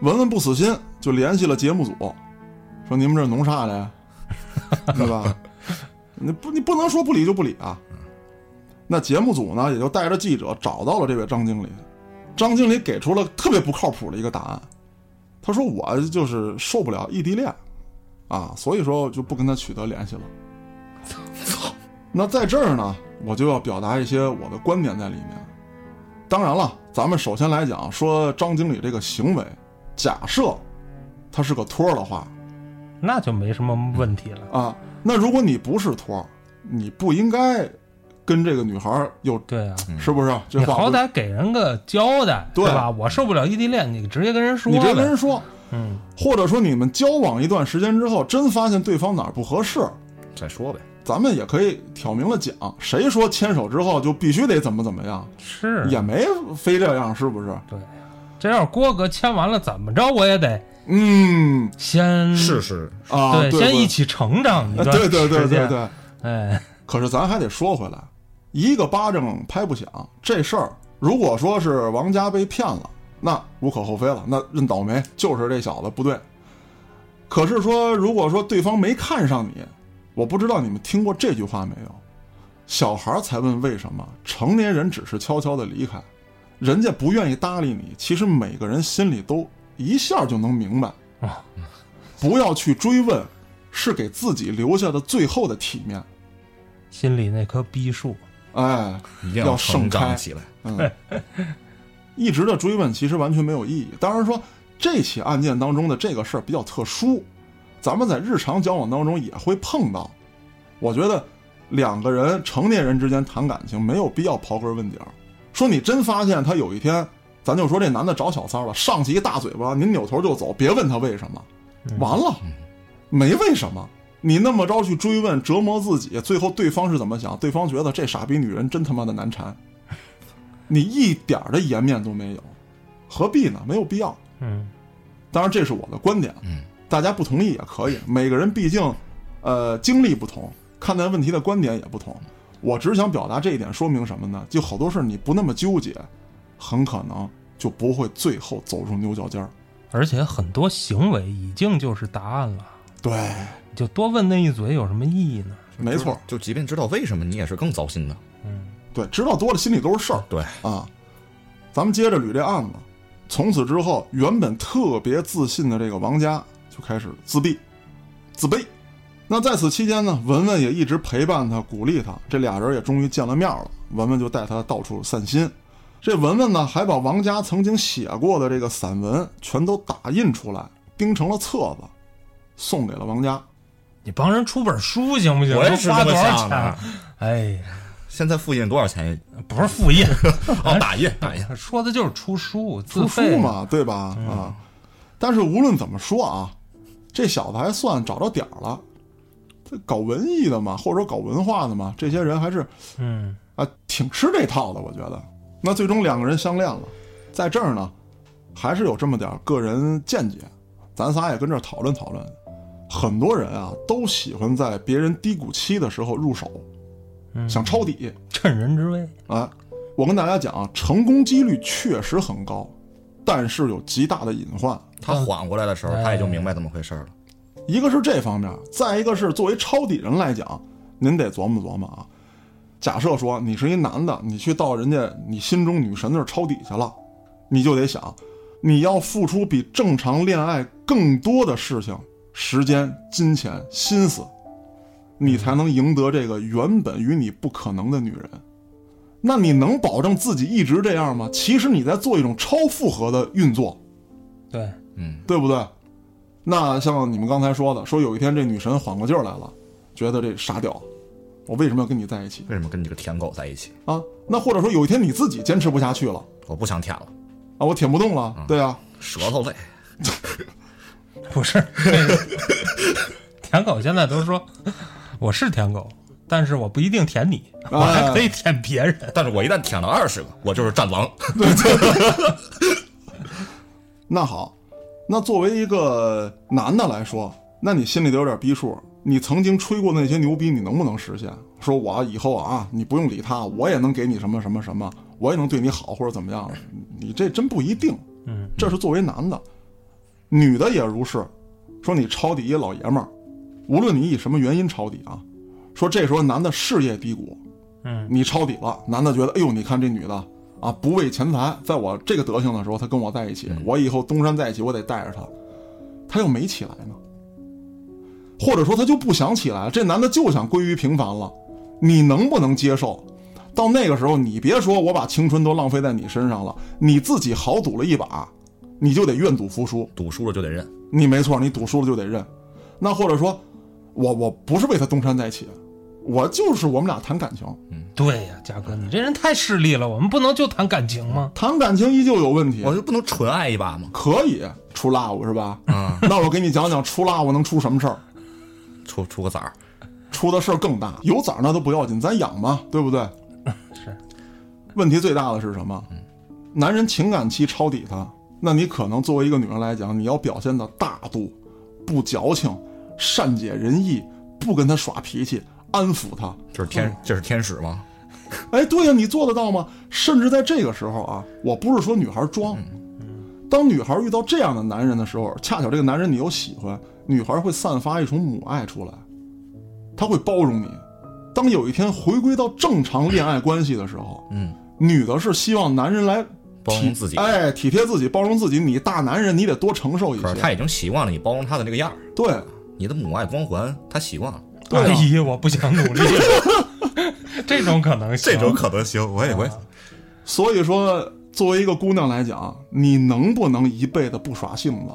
[SPEAKER 1] 文文不死心，就联系了节目组，说你们这弄啥来， (laughs) 对吧？你不，你不能说不理就不理啊。那节目组呢，也就带着记者找到了这位张经理。张经理给出了特别不靠谱的一个答案，他说我就是受不了异地恋，啊，所以说就不跟他取得联系了。那在这儿呢，我就要表达一些我的观点在里面。当然了，咱们首先来讲说张经理这个行为，假设他是个托儿的话
[SPEAKER 2] 那就没什么问题了，
[SPEAKER 1] 啊，那如果你不是托儿，你不应该跟这个女孩儿有，
[SPEAKER 2] 对啊。
[SPEAKER 1] 是不是？这
[SPEAKER 2] 你
[SPEAKER 1] 话
[SPEAKER 2] 好
[SPEAKER 1] 不
[SPEAKER 2] 歹给人个交代，
[SPEAKER 1] 对
[SPEAKER 2] 吧？我受不了异地恋，你直接跟人说
[SPEAKER 1] 你
[SPEAKER 2] 呗。
[SPEAKER 1] 这跟人说，
[SPEAKER 2] 嗯，
[SPEAKER 1] 或者说你们交往一段时间之后，真发现对方哪儿不合适，
[SPEAKER 3] 再说呗，
[SPEAKER 1] 咱们也可以挑明了讲，谁说牵手之后就必须得怎么怎么样，
[SPEAKER 2] 是
[SPEAKER 1] 也没非这样，是不是？
[SPEAKER 2] 这要是郭哥签完了，怎么着我也得
[SPEAKER 1] 嗯
[SPEAKER 2] 先
[SPEAKER 3] 试试。
[SPEAKER 1] 啊，
[SPEAKER 2] 对，
[SPEAKER 1] 对
[SPEAKER 2] 先一
[SPEAKER 1] 对
[SPEAKER 2] 起成长一
[SPEAKER 1] 呃 (laughs)
[SPEAKER 2] 段
[SPEAKER 1] 对对对
[SPEAKER 2] 时
[SPEAKER 1] 对
[SPEAKER 2] 间，
[SPEAKER 1] 对。
[SPEAKER 2] 哎，
[SPEAKER 1] 可是咱还得说回来，一个巴掌拍不响，这事儿如果说是王家被骗了，那无可厚非了，那认倒霉就是这小子不对。可是说，如果说对方没看上你，我不知道你们听过这句话没有？小孩儿才问为什么，成年人只是悄悄的离开，人家不愿意搭理你。其实每个人心里都一下就能明白
[SPEAKER 2] 啊，
[SPEAKER 1] 不要去追问，是给自己留下的最后的体面。
[SPEAKER 2] 心里那棵逼树，
[SPEAKER 1] 哎，
[SPEAKER 3] 一定
[SPEAKER 1] 要盛
[SPEAKER 3] 成
[SPEAKER 1] 开
[SPEAKER 3] 长起来。
[SPEAKER 1] 嗯，一直的追问其实完全没有意义。当然说，这起案件当中的这个事儿比较特殊，咱们在日常交往当中也会碰到。我觉得两个人成年人之间谈感情没有必要刨根问底儿，说你真发现他有一天，咱就说这男的找小三儿了，上去一大嘴巴，您扭头就走，别问他为什么，完了，没为什么。你那么着去追问、折磨自己，最后对方是怎么想？对方觉得这傻逼女人真他妈的难缠，你一点儿的颜面都没有，何必呢？没有必要。
[SPEAKER 2] 嗯，
[SPEAKER 1] 当然，这是我的观点，
[SPEAKER 3] 嗯，
[SPEAKER 1] 大家不同意也可以。每个人毕竟，呃，经历不同，看待问题的观点也不同。我只是想表达这一点，说明什么呢？就好多事儿你不那么纠结，很可能就不会最后走入牛角尖儿。
[SPEAKER 2] 而且很多行为已经就是答案了，
[SPEAKER 1] 对，
[SPEAKER 2] 你就多问那一嘴有什么意义呢？
[SPEAKER 1] 没错，
[SPEAKER 3] 就即便知道为什么，你也是更糟心的。
[SPEAKER 1] 对，知道多了心里都是事儿。
[SPEAKER 3] 对，
[SPEAKER 1] 啊，咱们接着捋这案子。从此之后，原本特别自信的这个王家就开始自闭、自卑。那在此期间呢，文文也一直陪伴他、鼓励他，这俩人也终于见了面了。文文就带他到处散心。这文文呢，还把王家曾经写过的这个散文全都打印出来，钉成了册子，送给了王家。
[SPEAKER 2] 你帮人出本书行不行？
[SPEAKER 3] 我也是
[SPEAKER 2] 都花
[SPEAKER 3] 这
[SPEAKER 2] 多
[SPEAKER 3] 么
[SPEAKER 2] 少
[SPEAKER 3] 想
[SPEAKER 2] 钱
[SPEAKER 3] 的？
[SPEAKER 2] 哎呀，
[SPEAKER 3] 现在复印多少钱？
[SPEAKER 2] 不是复印，
[SPEAKER 3] 哦，打印打印。
[SPEAKER 2] 说的就是出书，自
[SPEAKER 1] 出
[SPEAKER 2] 费嗯
[SPEAKER 1] 书。嘛，对吧？啊，但是无论怎么说啊，这小子还算找着点儿了。这搞文艺的嘛，或者说搞文化的嘛，这些人还是
[SPEAKER 2] 嗯
[SPEAKER 1] 啊挺吃这套的，我觉得。那最终两个人相恋了，在这儿呢，还是有这么点儿个人见解，咱仨也跟这儿讨论讨论。很多人啊都喜欢在别人低谷期的时候入手，
[SPEAKER 2] 嗯，
[SPEAKER 1] 想抄底。
[SPEAKER 2] 趁人之危。
[SPEAKER 1] 哎，我跟大家讲啊，成功几率确实很高，但是有极大的隐患。
[SPEAKER 3] 他缓过来的时候，
[SPEAKER 2] 哎
[SPEAKER 3] 他也就明白怎么回事了。
[SPEAKER 1] 一个是这方面，再一个是作为抄底人来讲，您得琢磨琢磨啊。假设说你是一男的，你去到人家你心中女神那儿抄底去了，你就得想，你要付出比正常恋爱更多的事情，时间、金钱、心思，你才能赢得这个原本与你不可能的女人。那你能保证自己一直这样吗？其实你在做一种超负荷的运作。
[SPEAKER 2] 对，
[SPEAKER 3] 嗯，
[SPEAKER 1] 对不对？那像你们刚才说的，说有一天这女神缓过劲儿来了，觉得这傻屌，我为什么要跟你在一起
[SPEAKER 3] 为什么跟你这个舔狗在一起？
[SPEAKER 1] 啊？那或者说有一天你自己坚持不下去了
[SPEAKER 3] 我不想舔了，
[SPEAKER 1] 啊，我舔不动了，对啊，
[SPEAKER 3] 舌头累。
[SPEAKER 2] (laughs) 不是，那个舔狗现在都说我是舔狗，但是我不一定舔你，我还可以舔别人。
[SPEAKER 3] 但是我一旦舔了二十个，我就是战狼。
[SPEAKER 1] 那好，那作为一个男的来说，那你心里得有点逼数。你曾经吹过那些牛逼，你能不能实现？说我以后啊，你不用理他，我也能给你什么什么什么，我也能对你好或者怎么样？你这真不一定。
[SPEAKER 2] 嗯，
[SPEAKER 1] 这是作为男的，女的也如是。说你抄底一老爷们儿，无论你以什么原因抄底啊，说这时候男的事业低谷，
[SPEAKER 2] 嗯
[SPEAKER 1] 你抄底了，男的觉得，哎呦，你看这女的啊，不为钱财，在我这个德行的时候，她跟我在一起，我以后东山再起，我得带着她，她又没起来呢，或者说她就不想起来，这男的就想归于平凡了，你能不能接受？到那个时候，你别说我把青春都浪费在你身上了，你自己豪赌了一把，你就得愿赌服输。
[SPEAKER 3] 赌输了就得认，
[SPEAKER 1] 你没错，你赌输了就得认。那或者说，我我不是为他东山再起，我就是我们俩谈感情。
[SPEAKER 2] 对呀、嘉哥，你这人太势利了，我们不能就谈感情吗？
[SPEAKER 1] 谈感情依旧有问题
[SPEAKER 3] 我，就不能纯爱一把吗？
[SPEAKER 1] 可以出 love 是吧？
[SPEAKER 3] 啊，
[SPEAKER 1] 那我给你讲讲出 love 能出什么事儿，
[SPEAKER 3] 出出个崽儿，
[SPEAKER 1] 出的事儿更大。有崽儿那都不要紧，咱养嘛，对不对？
[SPEAKER 2] 是，
[SPEAKER 1] 问题最大的是什么？男人情感期抄底他，那你可能作为一个女人来讲，你要表现的大度、不矫情、善解人意，不跟他耍脾气，安抚他。
[SPEAKER 3] 这是天，这是天使吗？
[SPEAKER 1] 哎，对呀、你做得到吗？甚至在这个时候啊，我不是说女孩装，
[SPEAKER 3] 嗯
[SPEAKER 1] 当女孩遇到这样的男人的时候，恰巧这个男人你有喜欢，女孩会散发一种母爱出来，她会包容你。当有一天回归到正常恋爱关系的时候，
[SPEAKER 3] 嗯，
[SPEAKER 1] 女的是希望男人来体
[SPEAKER 3] 包容自己
[SPEAKER 1] 哎，体贴自己，包容自己。你大男人，你得多承受一
[SPEAKER 3] 可是
[SPEAKER 1] 些。
[SPEAKER 3] 他已经习惯了你包容他的这个样儿，
[SPEAKER 1] 对，
[SPEAKER 3] 你的母爱光环，他习惯了。
[SPEAKER 1] 对啊
[SPEAKER 2] 哎呀，我不想努力了， (laughs) 这种可能行，
[SPEAKER 3] 可能行，我也我也
[SPEAKER 1] 所以说，作为一个姑娘来讲，你能不能一辈子不耍性子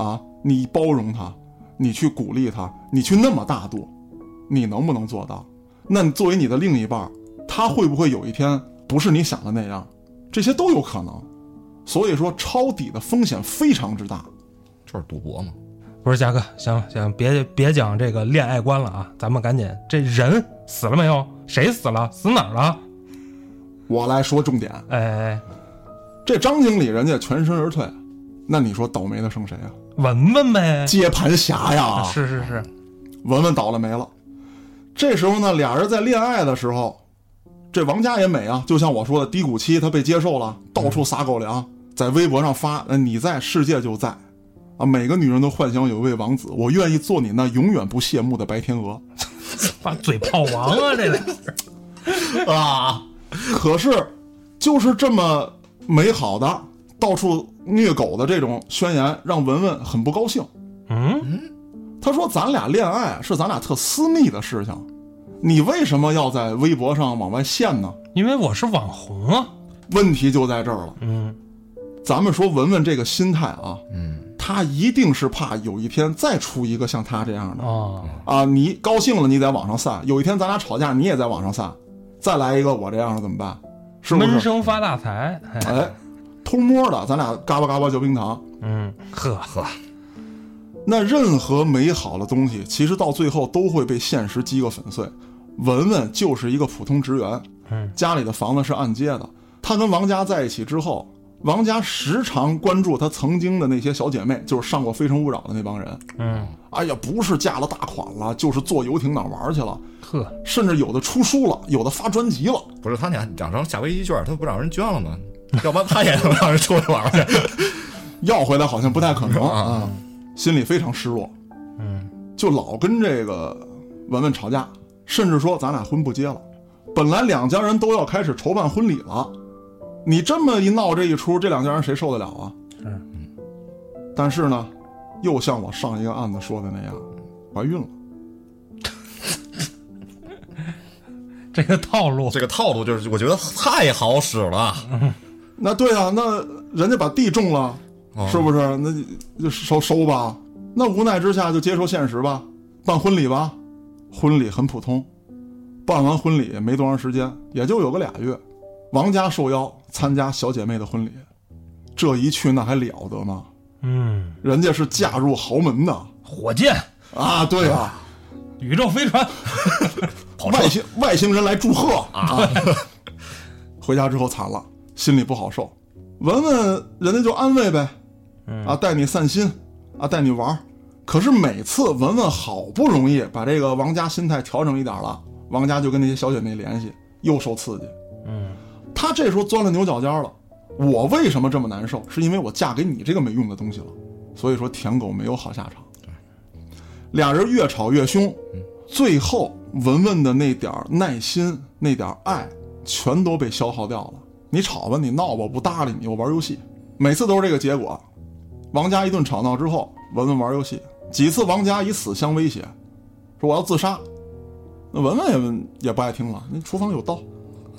[SPEAKER 1] 啊？你包容她，你去鼓励她，你去那么大度，你能不能做到？那你作为你的另一半，他会不会有一天不是你想的那样？这些都有可能。所以说，抄底的风险非常之大。
[SPEAKER 3] 就是赌博嘛。
[SPEAKER 2] 不是，嘉哥，行了行了，别别讲这个恋爱观了啊，咱们赶紧，这人死了没有？谁死了？死哪儿了？
[SPEAKER 1] 我来说重点，
[SPEAKER 2] 哎哎，哎
[SPEAKER 1] 这张经理人家全身而退，那你说倒霉的剩谁啊？
[SPEAKER 2] 闻闻呗。
[SPEAKER 1] 接盘侠呀！
[SPEAKER 2] 是是是，
[SPEAKER 1] 文文倒了霉了。这时候呢，俩人在恋爱的时候，这王佳也美啊，就像我说的，低谷期她被接受了，到处撒狗粮，在微博上发，呃你在，世界就在，啊，每个女人都幻想有一位王子，我愿意做你那永远不谢幕的白天鹅。
[SPEAKER 2] 把嘴炮王 (laughs) 啊，这个。
[SPEAKER 3] 啊，
[SPEAKER 1] 可是，就是这么美好的到处虐狗的这种宣言，让文文很不高兴。
[SPEAKER 2] 嗯，
[SPEAKER 1] 他说：“咱俩恋爱是咱俩特私密的事情，你为什么要在微博上往外献呢？”
[SPEAKER 2] 因为我是网红啊。
[SPEAKER 1] 问题就在这儿了。
[SPEAKER 2] 嗯
[SPEAKER 1] 咱们说文文这个心态啊，
[SPEAKER 3] 嗯，
[SPEAKER 1] 他一定是怕有一天再出一个像他这样的
[SPEAKER 2] 哦，
[SPEAKER 1] 啊！你高兴了，你在网上撒；有一天咱俩吵架，你也在网上撒；再来一个我这样的怎么办？是不
[SPEAKER 2] 闷
[SPEAKER 1] 是？
[SPEAKER 2] 声发大财，哎
[SPEAKER 1] 哎，偷摸的，咱俩嘎巴嘎巴嚼冰糖。
[SPEAKER 2] 嗯，呵，
[SPEAKER 3] 啊呵，
[SPEAKER 1] 那任何美好的东西，其实到最后都会被现实击个粉碎。文文就是一个普通职员，
[SPEAKER 2] 嗯，
[SPEAKER 1] 家里的房子是按揭的。他跟王佳在一起之后，王佳时常关注他曾经的那些小姐妹，就是上过《非诚勿扰》的那帮人。
[SPEAKER 2] 嗯，
[SPEAKER 1] 哎呀，不是嫁了大款了，就是坐游艇哪儿玩儿去了，
[SPEAKER 2] 呵，
[SPEAKER 1] 甚至有的出书了，有的发专辑了。
[SPEAKER 3] 不是他俩养成夏威夷券，他不让人捐了吗？要不然他也能让人出去玩去。
[SPEAKER 1] 要回来好像不太可能
[SPEAKER 3] 啊
[SPEAKER 1] 啊，心里非常失落，
[SPEAKER 2] 嗯，
[SPEAKER 1] 就老跟这个文文吵架，甚至说咱俩婚不结了。本来两家人都要开始筹办婚礼了，你这么一闹这一出，这两家人谁受得了啊？
[SPEAKER 2] 是，
[SPEAKER 1] 但是呢，又像我上一个案子说的那样，怀孕了。
[SPEAKER 2] 这个套路，
[SPEAKER 3] (laughs) 这个套路就是我觉得太好使了，
[SPEAKER 1] 那对啊，那人家把地种了，
[SPEAKER 3] 哦
[SPEAKER 1] 是不是？那就收收吧。那无奈之下就接受现实吧，办婚礼吧。婚礼很普通，办完婚礼没多长时间，也就有个俩月。王家受邀参加小姐妹的婚礼，这一去那还了得吗？
[SPEAKER 2] 嗯，
[SPEAKER 1] 人家是嫁入豪门的
[SPEAKER 2] 火箭、
[SPEAKER 1] 啊！对啊，
[SPEAKER 2] 宇宙飞船，
[SPEAKER 1] 外星外星人来祝贺啊！ (laughs) 回家之后惨了，心里不好受。文文人家就安慰呗，
[SPEAKER 2] 嗯
[SPEAKER 1] 啊，带你散心，啊，带你玩儿。可是每次文文好不容易把这个王家心态调整一点了，王家就跟那些小姐妹联系，又受刺激。
[SPEAKER 2] 嗯，
[SPEAKER 1] 他这时候钻了牛角尖了。我为什么这么难受？是因为我嫁给你这个没用的东西了。所以说，舔狗没有好下场。俩人越吵越凶，最后文文的那点儿耐心、那点儿爱，全都被消耗掉了。你吵吧，你闹吧，我不搭理你，我玩游戏，每次都是这个结果。王家一顿吵闹之后，文文玩游戏几次，王家以死相威胁，说我要自杀。那文文也也不爱听了，那厨房有刀，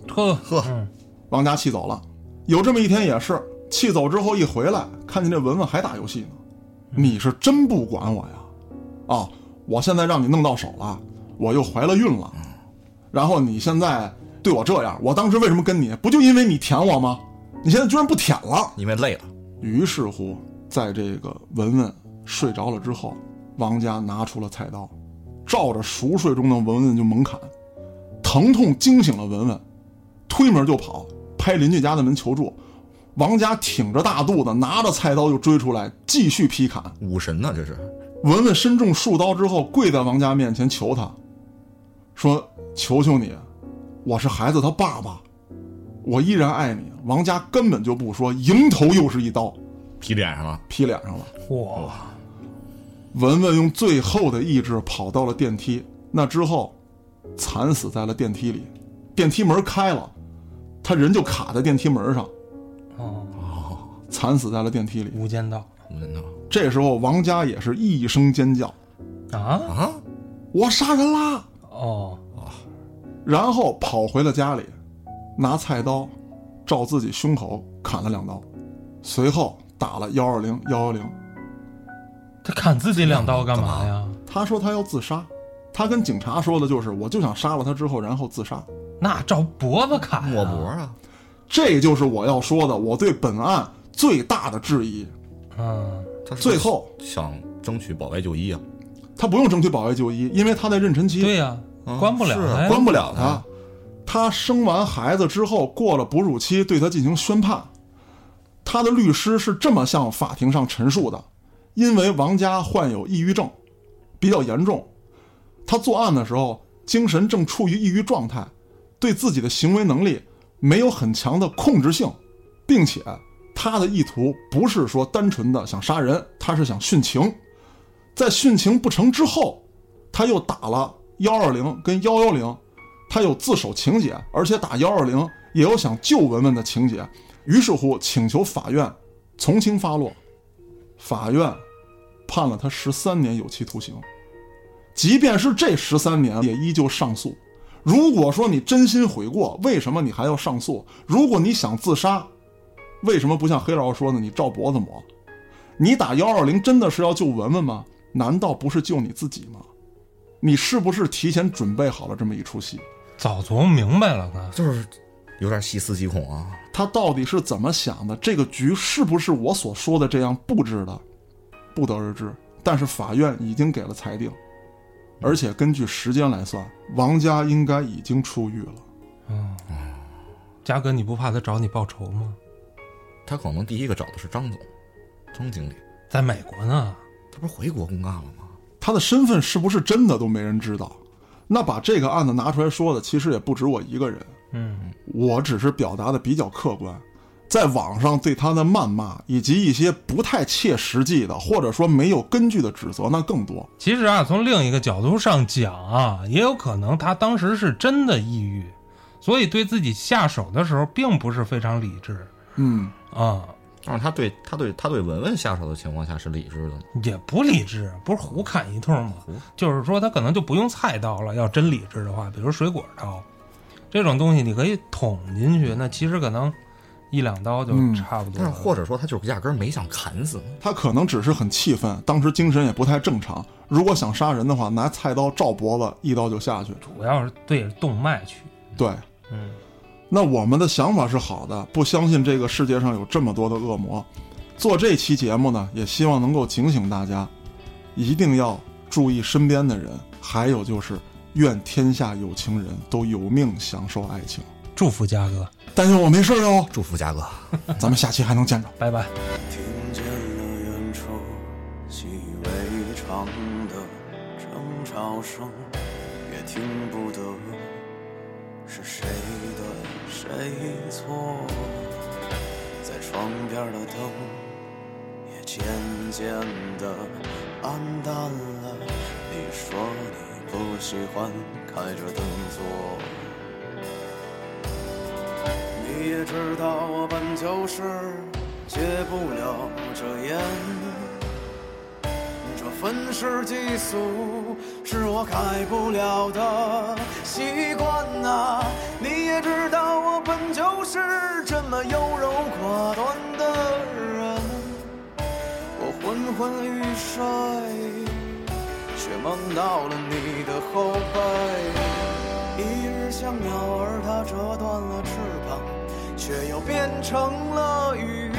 [SPEAKER 2] 呵
[SPEAKER 3] 呵
[SPEAKER 2] 嗯
[SPEAKER 1] 王家气走了。有这么一天也是，气走之后一回来，看见这文文还打游戏呢，你是真不管我呀？啊，我现在让你弄到手了，我又怀了孕了，然后你现在对我这样，我当时为什么跟你？不就因为你舔我吗？你现在居然不舔了？
[SPEAKER 3] 因为累了，
[SPEAKER 1] 于是乎，在这个文文睡着了之后，王家拿出了菜刀，照着熟睡中的文文就猛砍。疼痛惊醒了文文，推门就跑，拍邻居家的门求助。王家挺着大肚子，拿着菜刀就追出来，继续劈砍。
[SPEAKER 3] 武神呢这是。
[SPEAKER 1] 文文身中数刀之后，跪在王家面前求他，说：“求求你，我是孩子他爸爸，我依然爱你。”王家根本就不说，迎头又是一刀
[SPEAKER 3] 皮脸上了，
[SPEAKER 1] 劈脸上了。
[SPEAKER 2] 哇，
[SPEAKER 1] 文文用最后的意志跑到了电梯，那之后，惨死在了电梯里。电梯门开了，他人就卡在电梯门上，
[SPEAKER 2] 哦，
[SPEAKER 1] 惨死在了电梯里。
[SPEAKER 2] 无间道
[SPEAKER 3] 我真的
[SPEAKER 1] 这时候，王家也是一声尖叫
[SPEAKER 2] 啊，
[SPEAKER 3] 啊，：“
[SPEAKER 1] 我杀人啦
[SPEAKER 2] 哦，！”
[SPEAKER 1] 然后跑回了家里，拿菜刀照自己胸口砍了两刀，随后打了幺二零幺幺零。
[SPEAKER 2] 他砍自己两刀干嘛呀？
[SPEAKER 1] 他说他要自杀，他跟警察说的就是，我就想杀了他之后，然后自杀。
[SPEAKER 2] 那照脖子砍、啊，
[SPEAKER 3] 抹脖啊，
[SPEAKER 1] 这就是我要说的，我对本案最大的质疑。
[SPEAKER 2] 嗯，
[SPEAKER 3] 他是
[SPEAKER 1] 最后，
[SPEAKER 3] 想争取保外就医啊，
[SPEAKER 1] 他不用争取保外就医，因为他在妊娠期，
[SPEAKER 2] 对呀、
[SPEAKER 3] 啊
[SPEAKER 2] 关不了
[SPEAKER 3] 是啊
[SPEAKER 2] 他呀，
[SPEAKER 1] 关不了他。他生完孩子之后，过了哺乳期，对他进行宣判。他的律师是这么向法庭上陈述的：因为王家患有抑郁症，比较严重，他作案的时候精神正处于抑郁状态，对自己的行为能力没有很强的控制性，并且他的意图不是说单纯的想杀人，他是想殉情。在殉情不成之后，他又打了幺二零跟幺幺零，他有自首情节，而且打幺二零也有想救文文的情节。于是乎，请求法院从轻发落，法院判了他十三年有期徒刑。即便是这十三年，也依旧上诉。如果说你真心悔过，为什么你还要上诉？如果你想自杀，为什么不像黑老师说呢？你照脖子抹。你打幺二零真的是要救文文吗？难道不是救你自己吗？你是不是提前准备好了这么一出戏？
[SPEAKER 2] 早琢磨明白了呢。
[SPEAKER 3] 就是有点细思极恐啊。
[SPEAKER 1] 他到底是怎么想的？这个局是不是我所说的这样布置的？不得而知。但是法院已经给了裁定，而且根据时间来算，王家应该已经出狱了。
[SPEAKER 2] 嗯，嘉哥，你不怕他找你报仇吗？
[SPEAKER 3] 他可能第一个找的是张总，张经理，
[SPEAKER 2] 在美国呢，
[SPEAKER 3] 他不是回国公干了吗？
[SPEAKER 1] 他的身份是不是真的都没人知道。那把这个案子拿出来说的，其实也不止我一个人。
[SPEAKER 2] 嗯，
[SPEAKER 1] 我只是表达的比较客观，在网上对他的谩骂以及一些不太切实际的，或者说没有根据的指责，那更多。
[SPEAKER 2] 其实啊，从另一个角度上讲啊，也有可能他当时是真的抑郁，所以对自己下手的时候并不是非常理智
[SPEAKER 1] 嗯，
[SPEAKER 2] 啊，
[SPEAKER 3] 但是他对他对他对文文下手的情况下是理智的，
[SPEAKER 2] 也不理智，不是胡砍一通吗？就是说他可能就不用菜刀了，要真理智的话，比如水果刀这种东西，你可以捅进去，那其实可能一两刀就
[SPEAKER 1] 嗯
[SPEAKER 2] 差不多
[SPEAKER 3] 但
[SPEAKER 2] 了。
[SPEAKER 3] 是或者说他就是压根儿没想砍死你。
[SPEAKER 1] 他可能只是很气愤，当时精神也不太正常。如果想杀人的话，拿菜刀照脖子，一刀就下去。
[SPEAKER 2] 主要是对着动脉去，
[SPEAKER 1] 对，
[SPEAKER 2] 嗯，
[SPEAKER 1] 那我们的想法是好的，不相信这个世界上有这么多的恶魔。做这期节目呢，也希望能够警醒大家，一定要注意身边的人，还有就是，愿天下有情人都有命享受爱情。
[SPEAKER 2] 祝福嘉哥，
[SPEAKER 1] 但是我没事儿哟，
[SPEAKER 3] 祝福嘉哥。
[SPEAKER 1] 咱们下期还能见着。
[SPEAKER 2] 拜拜。
[SPEAKER 4] 听见了远处习以为常的争吵声，也听不得是谁的谁错。在窗边的灯也渐渐的暗淡了。你说你不喜欢开着灯坐。你也知道我本就是戒不了这烟，这愤世嫉俗是我改不了的习惯呐、你也知道我本就是这么优柔寡断的人，我昏昏欲睡，却梦到了你的后背。一日像鸟儿，它折断了翅膀，却又变成了鱼；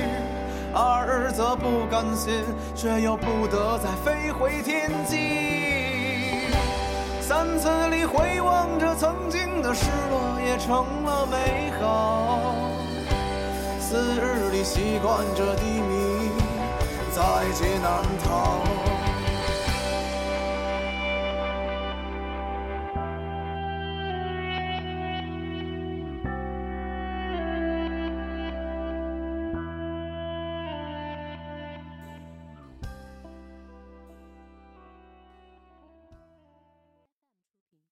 [SPEAKER 4] 二则不甘心，却又不得再飞回天际。三次里回望着曾经的失落，也成了美好；四日里习惯着低迷，在劫难逃。